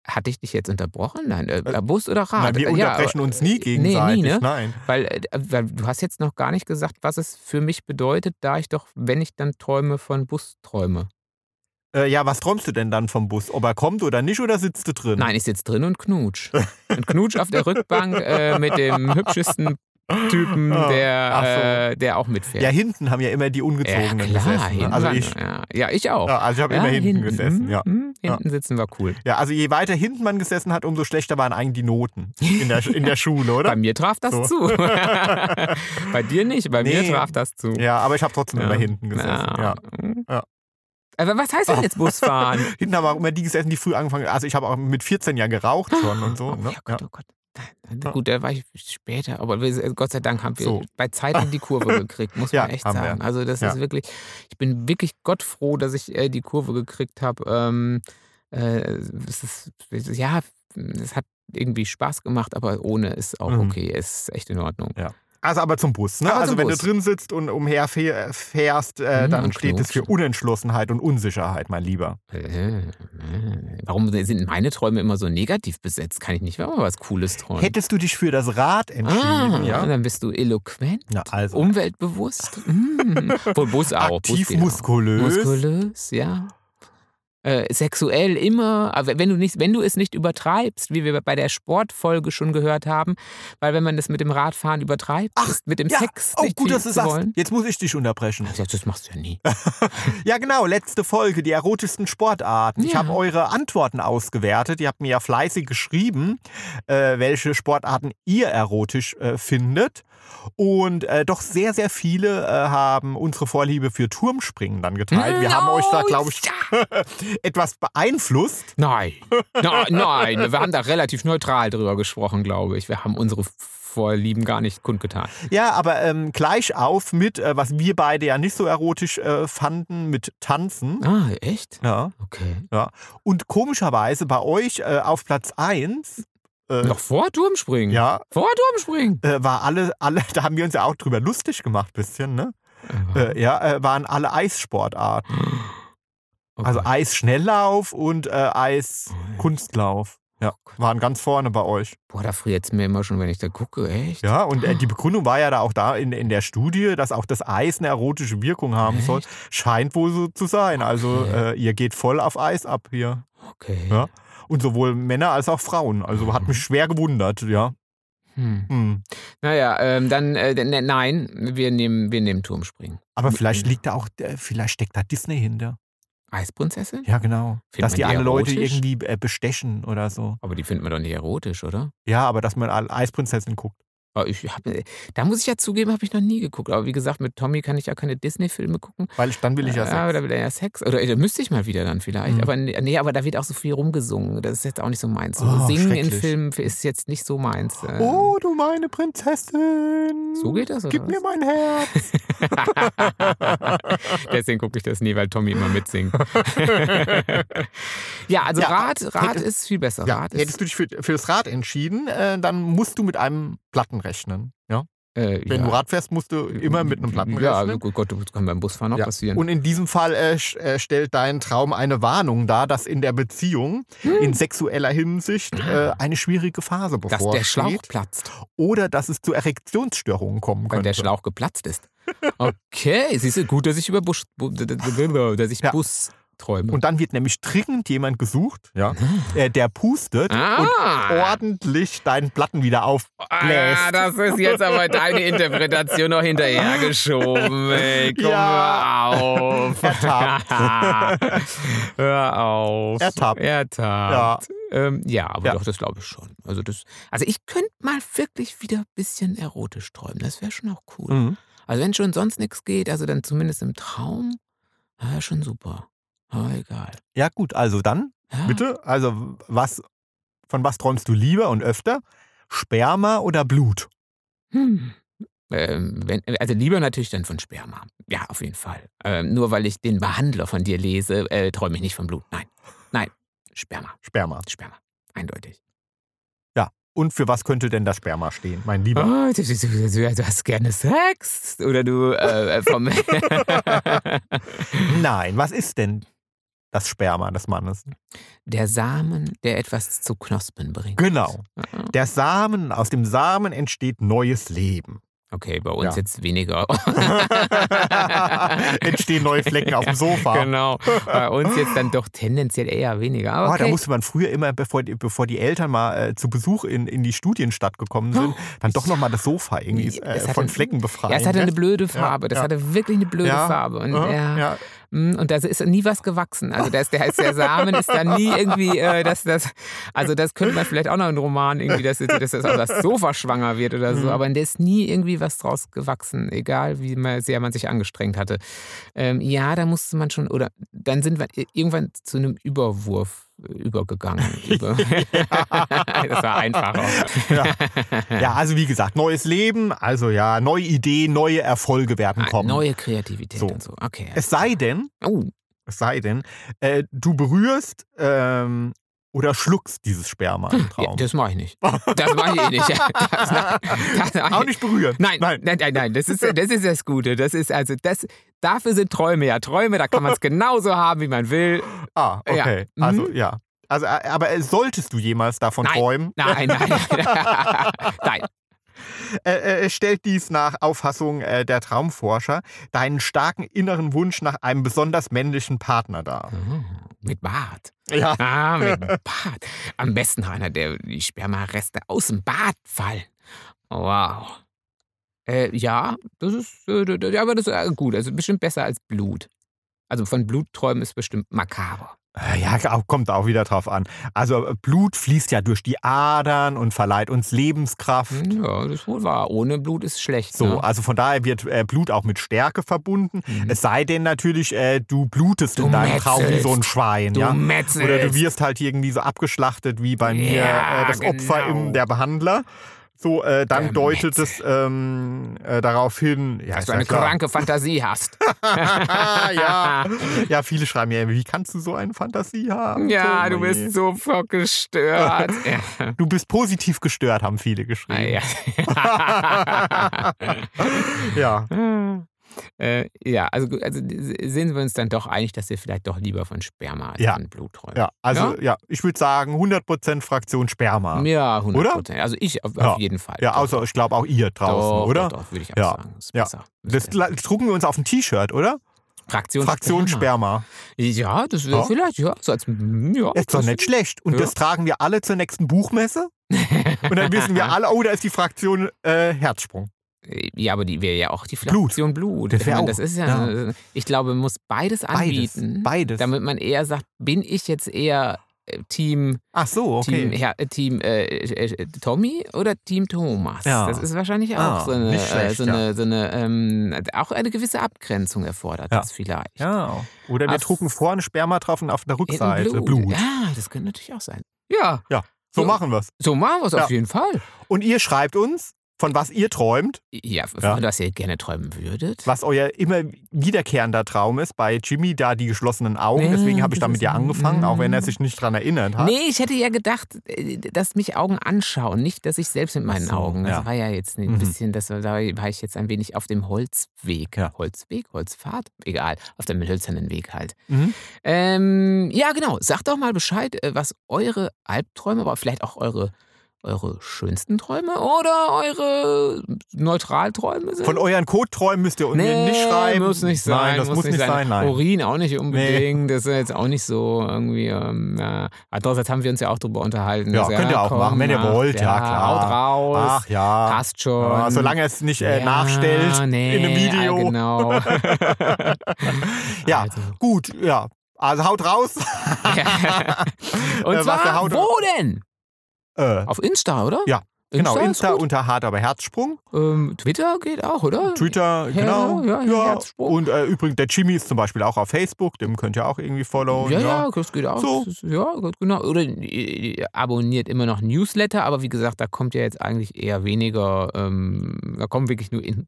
Speaker 1: hatte ich dich jetzt unterbrochen? Nein, äh,
Speaker 2: Äh,
Speaker 1: Bus oder Rad?
Speaker 2: Nein, wir
Speaker 1: Äh, ja,
Speaker 2: unterbrechen uns nie
Speaker 1: nee, nie,
Speaker 2: gegenseitig.
Speaker 1: ne?
Speaker 2: Nein.
Speaker 1: Weil, äh, weil du hast jetzt noch gar nicht gesagt, was es für mich bedeutet, da ich doch, wenn ich dann träume, von Bus träume.
Speaker 2: Äh, ja, was träumst du denn dann vom Bus? Ob er kommt oder nicht oder sitzt du drin?
Speaker 1: Nein, ich sitze drin und knutsch. Und knutsch auf der Rückbank äh, mit dem hübschesten Typen,
Speaker 2: Ah,
Speaker 1: der,
Speaker 2: ach so.
Speaker 1: äh, der auch mitfährt.
Speaker 2: Ja, hinten haben ja immer die Ungezogenen
Speaker 1: ja, klar,
Speaker 2: gesessen. ne?
Speaker 1: hinten
Speaker 2: Also
Speaker 1: dran,
Speaker 2: ich,
Speaker 1: ja. ja, ich auch.
Speaker 2: ja, also ich habe immer hinten, gesessen,
Speaker 1: mhm,
Speaker 2: ja.
Speaker 1: mhm, Hinten sitzen war cool.
Speaker 2: Ja, also je weiter hinten man gesessen hat, umso schlechter waren eigentlich die Noten in der, in der Schule,
Speaker 1: Bei
Speaker 2: oder?
Speaker 1: mir traf das
Speaker 2: So.
Speaker 1: zu. bei dir nicht, bei
Speaker 2: Nee.
Speaker 1: mir traf das zu.
Speaker 2: Ja, aber ich habe trotzdem
Speaker 1: Ja.
Speaker 2: immer hinten gesessen.
Speaker 1: Na,
Speaker 2: Ja.
Speaker 1: mhm.
Speaker 2: Ja. Ah.
Speaker 1: Aber was heißt denn jetzt Busfahren?
Speaker 2: Hinten haben auch immer die gesessen, die früh angefangen haben. Also ich habe auch mit 14 ja geraucht schon und so.
Speaker 1: Oh,
Speaker 2: Ne?
Speaker 1: ja,
Speaker 2: Ja.
Speaker 1: Gott, oh Gott. Nein, nein, Gut, da war ich später, aber wir, äh, Gott sei Dank haben wir
Speaker 2: So.
Speaker 1: bei Zeiten die Kurve gekriegt, muss
Speaker 2: Ja,
Speaker 1: man echt
Speaker 2: haben wir.
Speaker 1: sagen. Also das
Speaker 2: Ja.
Speaker 1: ist wirklich, ich bin wirklich Gott froh, dass ich äh, die Kurve gekriegt habe. Ähm, äh, es ist, es ist- ja, es hat irgendwie Spaß gemacht, aber ohne ist auch
Speaker 2: Mhm.
Speaker 1: okay, ist echt in Ordnung.
Speaker 2: Also aber zum Bus. Ne?
Speaker 1: Aber
Speaker 2: Also
Speaker 1: zum
Speaker 2: wenn
Speaker 1: Bus.
Speaker 2: du drin sitzt und umherfährst, äh,
Speaker 1: Mhm,
Speaker 2: dann
Speaker 1: und
Speaker 2: steht es für
Speaker 1: knutschen.
Speaker 2: Unentschlossenheit und Unsicherheit, mein Lieber.
Speaker 1: Äh, äh, Warum sind meine Träume immer so negativ besetzt? Kann ich nicht mal was Cooles träumen?
Speaker 2: Hättest du dich für das Rad entschieden,
Speaker 1: ah, Um
Speaker 2: ja?
Speaker 1: dann bist du eloquent,
Speaker 2: Na, also.
Speaker 1: umweltbewusst. Mm. Wohl Bus auch. Bus
Speaker 2: aktiv
Speaker 1: geht auch.
Speaker 2: muskulös.
Speaker 1: Muskulös, ja. Äh, sexuell immer, aber wenn du, nicht, wenn du es nicht übertreibst, wie wir bei der Sportfolge schon gehört haben, weil wenn man das mit dem Radfahren übertreibt,
Speaker 2: Ach,
Speaker 1: ist mit dem
Speaker 2: ja.
Speaker 1: Sex
Speaker 2: Oh,
Speaker 1: nicht
Speaker 2: gut,
Speaker 1: viel
Speaker 2: dass du
Speaker 1: zu
Speaker 2: sagst.
Speaker 1: wollen.
Speaker 2: Jetzt muss ich dich unterbrechen.
Speaker 1: Ich sag, das machst du ja nie.
Speaker 2: Ja, genau, letzte Folge, die erotischsten Sportarten. Ich
Speaker 1: Ja.
Speaker 2: habe eure Antworten ausgewertet. Ihr habt mir ja fleißig geschrieben, äh, welche Sportarten ihr erotisch äh, findet. Und äh, doch sehr, sehr viele äh, haben unsere Vorliebe für Turmspringen dann geteilt. Wir haben euch da,
Speaker 1: Oh,
Speaker 2: glaube ich, etwas beeinflusst.
Speaker 1: Nein. nein, nein, wir haben da relativ neutral drüber gesprochen, glaube ich. Wir haben unsere Vorlieben gar nicht kundgetan.
Speaker 2: Ja, aber ähm, gleich auf mit, äh, was wir beide ja nicht so erotisch äh, fanden, mit Tanzen.
Speaker 1: Ah, echt?
Speaker 2: Ja,
Speaker 1: Okay.
Speaker 2: ja. Und komischerweise bei euch äh, auf Platz 1. Äh,
Speaker 1: Noch vor Turmspringen?
Speaker 2: ja,
Speaker 1: Vor Turmspringen?
Speaker 2: äh, war alle, alle, da haben wir uns ja auch drüber lustig gemacht, bisschen, ne? Äh, ja, äh, waren alle Eissportarten.
Speaker 1: Oh
Speaker 2: Also
Speaker 1: Gott.
Speaker 2: Eisschnelllauf und äh,
Speaker 1: Oh,
Speaker 2: Eiskunstlauf. Ja, waren ganz vorne bei euch.
Speaker 1: Boah, da friert's mir immer schon, wenn ich da gucke, echt?
Speaker 2: Ja, und äh,
Speaker 1: Ah.
Speaker 2: die Begründung war ja da auch da in, in der Studie, dass auch das Eis eine erotische Wirkung haben soll.
Speaker 1: Echt?
Speaker 2: Scheint wohl so zu sein. Also
Speaker 1: Okay.
Speaker 2: äh, ihr geht voll auf Eis ab hier.
Speaker 1: Okay.
Speaker 2: Ja. Und sowohl Männer als auch Frauen. Also
Speaker 1: Mhm.
Speaker 2: hat mich schwer gewundert, ja.
Speaker 1: Hm.
Speaker 2: Hm.
Speaker 1: Naja, ähm, dann, äh, ne- nein, wir nehmen, wir nehmen Turmspringen.
Speaker 2: Aber vielleicht liegt da auch, äh, vielleicht steckt da Disney hinter.
Speaker 1: Eisprinzessin?
Speaker 2: Ja, genau.
Speaker 1: Findet
Speaker 2: dass
Speaker 1: man
Speaker 2: die
Speaker 1: die
Speaker 2: alle Leute
Speaker 1: erotisch?
Speaker 2: irgendwie äh, bestechen oder so.
Speaker 1: Aber die finden wir doch nicht erotisch, oder?
Speaker 2: Ja, aber dass man alle Eisprinzessin guckt.
Speaker 1: Aber Ich hab, äh, da muss ich ja zugeben, habe ich noch nie geguckt. Aber wie gesagt, mit Tommy kann ich ja keine Disney-Filme gucken.
Speaker 2: Weil ich, dann will ich ja
Speaker 1: Äh, Aber
Speaker 2: Sex.
Speaker 1: da will er ja Sex. Oder äh, da müsste ich mal wieder dann vielleicht.
Speaker 2: Mhm.
Speaker 1: Aber nee, nee, aber da wird auch so viel rumgesungen. Das ist jetzt auch nicht so meins. So
Speaker 2: Oh,
Speaker 1: Singen in
Speaker 2: schrecklich.
Speaker 1: Filmen ist jetzt nicht so meins. Äh,
Speaker 2: Oh, du meine Prinzessin.
Speaker 1: So geht das, oder?
Speaker 2: Gib mir mein Herz.
Speaker 1: was? Deswegen gucke ich das nie, weil Tommy immer mitsingt. ja, also
Speaker 2: Ja,
Speaker 1: Rad, Rad
Speaker 2: hätte-
Speaker 1: ist viel besser.
Speaker 2: ja,
Speaker 1: Rad ist,
Speaker 2: hättest du dich für, für das Rad entschieden, äh, dann musst du mit einem Platten rechnen. Ja?
Speaker 1: äh,
Speaker 2: Wenn
Speaker 1: ja. Äh,
Speaker 2: du Rad fährst, musst du immer mit einem Platten
Speaker 1: Ja, also
Speaker 2: rechnen.
Speaker 1: gut, Gott, das kann beim Busfahren auch
Speaker 2: Ja.
Speaker 1: passieren.
Speaker 2: Und in diesem Fall äh, sch- äh, stellt dein Traum eine Warnung dar, dass in der Beziehung
Speaker 1: Hm?
Speaker 2: in sexueller Hinsicht äh, eine schwierige Phase
Speaker 1: dass
Speaker 2: bevorsteht.
Speaker 1: der Schlauch platzt,
Speaker 2: Oh oder dass es zu Erektionsstörungen kommen
Speaker 1: weil
Speaker 2: könnte.
Speaker 1: der Schlauch geplatzt ist. Okay, siehst du, gut, dass ich über Busch, Bu- d- d- d- dass ich
Speaker 2: Ja.
Speaker 1: Bus träume.
Speaker 2: Und dann wird nämlich dringend jemand gesucht, ja, äh, der pustet und
Speaker 1: ah,
Speaker 2: ordentlich deinen Platten wieder auf.
Speaker 1: ah,
Speaker 2: bläst.
Speaker 1: das ist jetzt aber deine Interpretation noch hinterhergeschoben. Ey, komm,
Speaker 2: Ja.
Speaker 1: hör auf. hör auf.
Speaker 2: Ertappt.
Speaker 1: Ertappt. Ähm, ja, aber
Speaker 2: Ja.
Speaker 1: doch, das glaube ich schon. Also, das, also ich könnte mal wirklich wieder ein bisschen erotisch träumen. Das wäre schon auch cool.
Speaker 2: Mhm.
Speaker 1: Also wenn schon sonst nichts geht, also dann zumindest im Traum, ja, schon super. Aber egal.
Speaker 2: Ja gut, also dann
Speaker 1: Ja.
Speaker 2: bitte, also was, von was träumst du lieber und öfter? Sperma oder Blut?
Speaker 1: Hm. Ähm, wenn, also lieber natürlich dann von Sperma. Ja, auf jeden Fall. Ähm, nur weil ich den Behandler von dir lese, äh, träume ich nicht von Blut. Nein. Nein. Sperma.
Speaker 2: Sperma.
Speaker 1: Sperma. Eindeutig.
Speaker 2: Und für was könnte denn das Sperma stehen, mein Lieber?
Speaker 1: Oh, du, du, du, du, du hast gerne Sex. Oder du äh, äh, vom.
Speaker 2: Nein, was ist denn das Sperma des Mannes?
Speaker 1: der Samen, der etwas zu Knospen bringt. Ah,
Speaker 2: Genau. Der Samen, aus dem Samen entsteht neues Leben.
Speaker 1: Okay, bei uns
Speaker 2: Ja.
Speaker 1: jetzt weniger.
Speaker 2: Entstehen neue Flecken auf dem Sofa.
Speaker 1: genau. Bei uns jetzt dann doch tendenziell eher weniger. Aber
Speaker 2: Ah,
Speaker 1: okay.
Speaker 2: da musste man früher immer, bevor, die- bevor die Eltern mal äh, zu Besuch in, in die Studienstadt gekommen
Speaker 1: Oh,
Speaker 2: sind, dann doch nochmal das Sofa irgendwie
Speaker 1: Ja,
Speaker 2: äh,
Speaker 1: es hatte-
Speaker 2: von Flecken befreien.
Speaker 1: ja, es hatte eine
Speaker 2: gell?
Speaker 1: blöde Farbe. Das
Speaker 2: ja.
Speaker 1: hatte wirklich eine blöde
Speaker 2: Ja,
Speaker 1: Farbe. Und,
Speaker 2: äh,
Speaker 1: ja,
Speaker 2: ja.
Speaker 1: mm, und da ist nie was gewachsen. Also da ist der, ist der Samen ist da nie irgendwie, äh, das, das, also das könnte man vielleicht auch noch in Roman irgendwie, dass, dass das auf das Sofa schwanger wird oder
Speaker 2: Mhm.
Speaker 1: so. Aber da ist nie irgendwie was draus gewachsen, egal wie man, sehr man sich angestrengt hatte. Ähm, ja, da musste man schon, oder dann sind wir irgendwann zu einem Überwurf äh, übergegangen. Über. das war einfacher.
Speaker 2: ja, also wie gesagt, neues Leben, also ja, neue Ideen, neue Erfolge werden
Speaker 1: Ah,
Speaker 2: kommen.
Speaker 1: Neue Kreativität
Speaker 2: So.
Speaker 1: und so. Okay.
Speaker 2: Es sei denn,
Speaker 1: Oh,
Speaker 2: es sei denn, äh, du berührst ähm, oder schluckst dieses Sperma im Traum.
Speaker 1: Hm, Ja, das mache ich nicht. Das mache ich eh nicht. Das, das, das,
Speaker 2: Auch nicht berühren.
Speaker 1: Nein, nein,
Speaker 2: Nein.
Speaker 1: nein, nein, das ist das ist das Gute. Das ist also das. Dafür sind Träume ja Träume. Da kann man es genauso haben, wie man will.
Speaker 2: Ah,
Speaker 1: Ja.
Speaker 2: okay.
Speaker 1: Mhm.
Speaker 2: Also ja. Also, äh, aber äh, solltest du jemals davon
Speaker 1: Nein.
Speaker 2: träumen,
Speaker 1: Nein, nein, nein.
Speaker 2: äh, äh, stellt dies nach Auffassung äh, der Traumforscher deinen starken inneren Wunsch nach einem besonders männlichen Partner dar.
Speaker 1: nein. Oh, Mit Bart.
Speaker 2: Ja.
Speaker 1: Ah, mit Bart. Am besten noch einer, der die Spermareste aus dem Bad fallen. Wow. Äh, ja, das ist, äh, d- d- ja, aber das ist äh, gut. Also bestimmt besser als Blut. Also von Blutträumen ist bestimmt makaber.
Speaker 2: Ja, auch- kommt auch wieder drauf an. Also äh, Blut fließt ja durch die Adern und verleiht uns Lebenskraft.
Speaker 1: Ja, das ist wohl wahr. Ohne Blut ist schlecht.
Speaker 2: So,
Speaker 1: ne?
Speaker 2: also von daher wird äh, Blut auch mit Stärke verbunden.
Speaker 1: Mhm.
Speaker 2: Es sei denn natürlich, äh, du blutest
Speaker 1: Du
Speaker 2: in deinem Traum wie
Speaker 1: metzelst.
Speaker 2: so ein Schwein.
Speaker 1: du
Speaker 2: ja?
Speaker 1: Metzel.
Speaker 2: Oder du wirst halt irgendwie so abgeschlachtet wie bei mir
Speaker 1: Ja,
Speaker 2: äh, das Opfer
Speaker 1: genau.
Speaker 2: im, der Behandler. So, äh, dann
Speaker 1: Der
Speaker 2: deutet es ähm, äh, darauf hin, ja,
Speaker 1: dass
Speaker 2: ist
Speaker 1: du
Speaker 2: ja
Speaker 1: eine
Speaker 2: klar.
Speaker 1: kranke Fantasie hast.
Speaker 2: ja. ja, viele schreiben ja, wie kannst du so eine Fantasie haben?
Speaker 1: ja,
Speaker 2: Toni?
Speaker 1: du bist so gestört. ja.
Speaker 2: Du bist positiv gestört, haben viele
Speaker 1: Ah,
Speaker 2: geschrieben.
Speaker 1: ja.
Speaker 2: ja.
Speaker 1: äh, ja, also, gu- also sehen wir uns dann doch einig, dass wir vielleicht doch lieber von Sperma als
Speaker 2: Ja.
Speaker 1: von Blut träumen.
Speaker 2: ja, also ja, ich würde sagen 100% Fraktion Sperma.
Speaker 1: Ja, 100
Speaker 2: Oder?
Speaker 1: Prozent. Also ich auf,
Speaker 2: Ja.
Speaker 1: auf jeden Fall.
Speaker 2: Ja,
Speaker 1: Doch,
Speaker 2: außer ich glaube auch ihr
Speaker 1: doch,
Speaker 2: draußen,
Speaker 1: doch,
Speaker 2: oder?
Speaker 1: Doch, würde ich auch
Speaker 2: Ja.
Speaker 1: sagen. Ist
Speaker 2: Ja.
Speaker 1: besser.
Speaker 2: Das
Speaker 1: Ist besser.
Speaker 2: la- drucken wir uns auf ein T-Shirt, oder?
Speaker 1: Fraktion,
Speaker 2: Fraktion
Speaker 1: Sperma.
Speaker 2: Sperma.
Speaker 1: Ja, das wäre
Speaker 2: Ja.
Speaker 1: vielleicht, ja. So als, mm, ja
Speaker 2: Ist doch
Speaker 1: das-
Speaker 2: nicht schlecht. Und
Speaker 1: Ja.
Speaker 2: das tragen wir alle zur nächsten Buchmesse. Und dann wissen wir alle, oh, da ist die Fraktion äh, Herzsprung.
Speaker 1: Äh, Ja, aber die wäre ja auch die
Speaker 2: Blut.
Speaker 1: Fraktion Blut.
Speaker 2: Das
Speaker 1: Ich
Speaker 2: wär
Speaker 1: meine,
Speaker 2: auch,
Speaker 1: das ist ja,
Speaker 2: ja.
Speaker 1: Ich glaube, man muss beides
Speaker 2: Beides.
Speaker 1: anbieten.
Speaker 2: Beides.
Speaker 1: Damit man eher sagt, bin ich jetzt eher äh, Team,
Speaker 2: Ach so, okay.
Speaker 1: Team, Herr- äh, Team äh, äh, äh, Tommy oder Team Thomas?
Speaker 2: Ja.
Speaker 1: Das ist wahrscheinlich auch
Speaker 2: Ah,
Speaker 1: so eine,
Speaker 2: nicht schlecht,
Speaker 1: äh, so
Speaker 2: ja.
Speaker 1: eine, so eine ähm, auch eine gewisse Abgrenzung erfordert
Speaker 2: Ja.
Speaker 1: das vielleicht.
Speaker 2: Ja. Oder wir
Speaker 1: Ach.
Speaker 2: drucken vorne Sperma drauf und auf der
Speaker 1: Hinten
Speaker 2: Rückseite Blut.
Speaker 1: Ja, das könnte natürlich auch sein. Ja,
Speaker 2: So
Speaker 1: So.
Speaker 2: machen wir's.
Speaker 1: so machen wir es
Speaker 2: Ja.
Speaker 1: auf jeden Fall.
Speaker 2: Und ihr schreibt uns, von was ihr träumt,
Speaker 1: Ja, von
Speaker 2: Ja.
Speaker 1: was ihr gerne träumen würdet.
Speaker 2: was euer immer wiederkehrender Traum ist. Bei Jimmy da die geschlossenen Augen.
Speaker 1: Ja,
Speaker 2: Deswegen habe ich
Speaker 1: das
Speaker 2: damit
Speaker 1: ist-
Speaker 2: ja angefangen, auch wenn er
Speaker 1: Mm.
Speaker 2: sich nicht dran erinnert hat.
Speaker 1: Nee, ich hätte ja gedacht, äh, dass mich Augen anschauen, nicht, dass ich selbst mit meinen
Speaker 2: so,
Speaker 1: Augen. Das
Speaker 2: ja.
Speaker 1: war ja jetzt
Speaker 2: Mhm.
Speaker 1: ein bisschen, das war, da war ich jetzt ein wenig auf dem Holzweg.
Speaker 2: Ja.
Speaker 1: Holzweg, Holzpfad, egal, auf dem hölzernen Weg halt.
Speaker 2: Mhm.
Speaker 1: Ähm, ja, genau. Sagt doch mal Bescheid, äh, was eure Albträume, aber vielleicht auch eure, eure schönsten Träume oder eure Neutralträume sind.
Speaker 2: Von euren Codeträumen müsst ihr uns nicht schreiben.
Speaker 1: Muss nicht sein.
Speaker 2: Nein, das muss, nicht sein. Nein.
Speaker 1: Urin auch nicht unbedingt. Das ist jetzt auch nicht so irgendwie. Ähm, ja. Andererseits haben wir uns ja auch drüber unterhalten.
Speaker 2: Ja,
Speaker 1: dass,
Speaker 2: könnt ihr auch
Speaker 1: komm,
Speaker 2: machen, wenn ihr
Speaker 1: macht,
Speaker 2: wollt, ja, klar.
Speaker 1: Haut raus.
Speaker 2: Ach ja.
Speaker 1: Passt schon.
Speaker 2: Ja, solange es nicht äh,
Speaker 1: Ja,
Speaker 2: nachstellt
Speaker 1: nee,
Speaker 2: in einem Video.
Speaker 1: ah, Genau.
Speaker 2: Ja,
Speaker 1: Also.
Speaker 2: gut, ja. Also haut raus.
Speaker 1: Ja. Und
Speaker 2: Äh, was der
Speaker 1: zwar,
Speaker 2: Haut-
Speaker 1: wo denn?
Speaker 2: äh,
Speaker 1: Auf Insta, oder?
Speaker 2: Ja, genau,
Speaker 1: ist
Speaker 2: Insta
Speaker 1: gut.
Speaker 2: unter hart aber Herzsprung.
Speaker 1: ähm, Twitter geht auch, oder? Ja,
Speaker 2: Twitter, genau.
Speaker 1: ja, ja, Herzsprung.
Speaker 2: Und äh, übrigens, der Jimmy ist zum Beispiel auch auf Facebook, dem könnt ihr auch irgendwie followen. ne?
Speaker 1: Ja, ja, das geht auch.
Speaker 2: So.
Speaker 1: Das ist, ja, gut, genau. Oder äh, abonniert immer noch Newsletter, aber wie gesagt, da kommt ja jetzt eigentlich eher weniger, ähm, da kommen wirklich nur in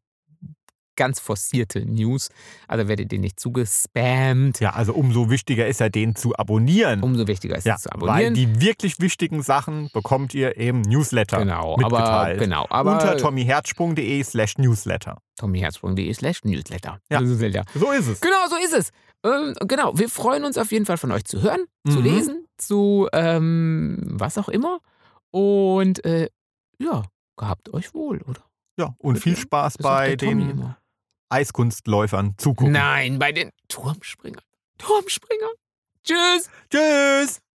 Speaker 1: ganz forcierte News. Also werdet ihr nicht zugespammt.
Speaker 2: Ja, also umso wichtiger ist ja, den zu abonnieren.
Speaker 1: Umso wichtiger ist
Speaker 2: ja,
Speaker 1: Um es zu
Speaker 2: weil
Speaker 1: abonnieren.
Speaker 2: die wirklich wichtigen Sachen bekommt ihr eben Newsletter.
Speaker 1: genau, aber,
Speaker 2: mitgeteilt.
Speaker 1: genau, aber
Speaker 2: unter tommyherzsprung.de slash Newsletter.
Speaker 1: tommyherzsprung.de slash Newsletter.
Speaker 2: Ja.
Speaker 1: Newsletter.
Speaker 2: So ist es.
Speaker 1: Genau, so ist es. Ähm, genau, wir freuen uns auf jeden Fall von euch zu hören, zu
Speaker 2: Mhm.
Speaker 1: lesen, zu ähm, was auch immer. Und äh, ja, gehabt euch wohl, oder?
Speaker 2: Ja, und viel Spaß
Speaker 1: Das sagt
Speaker 2: bei
Speaker 1: der Tommy
Speaker 2: den
Speaker 1: immer.
Speaker 2: Eiskunstläufern zugucken.
Speaker 1: Nein, bei den Turmspringern. Turmspringer. Tschüss.
Speaker 2: Tschüss!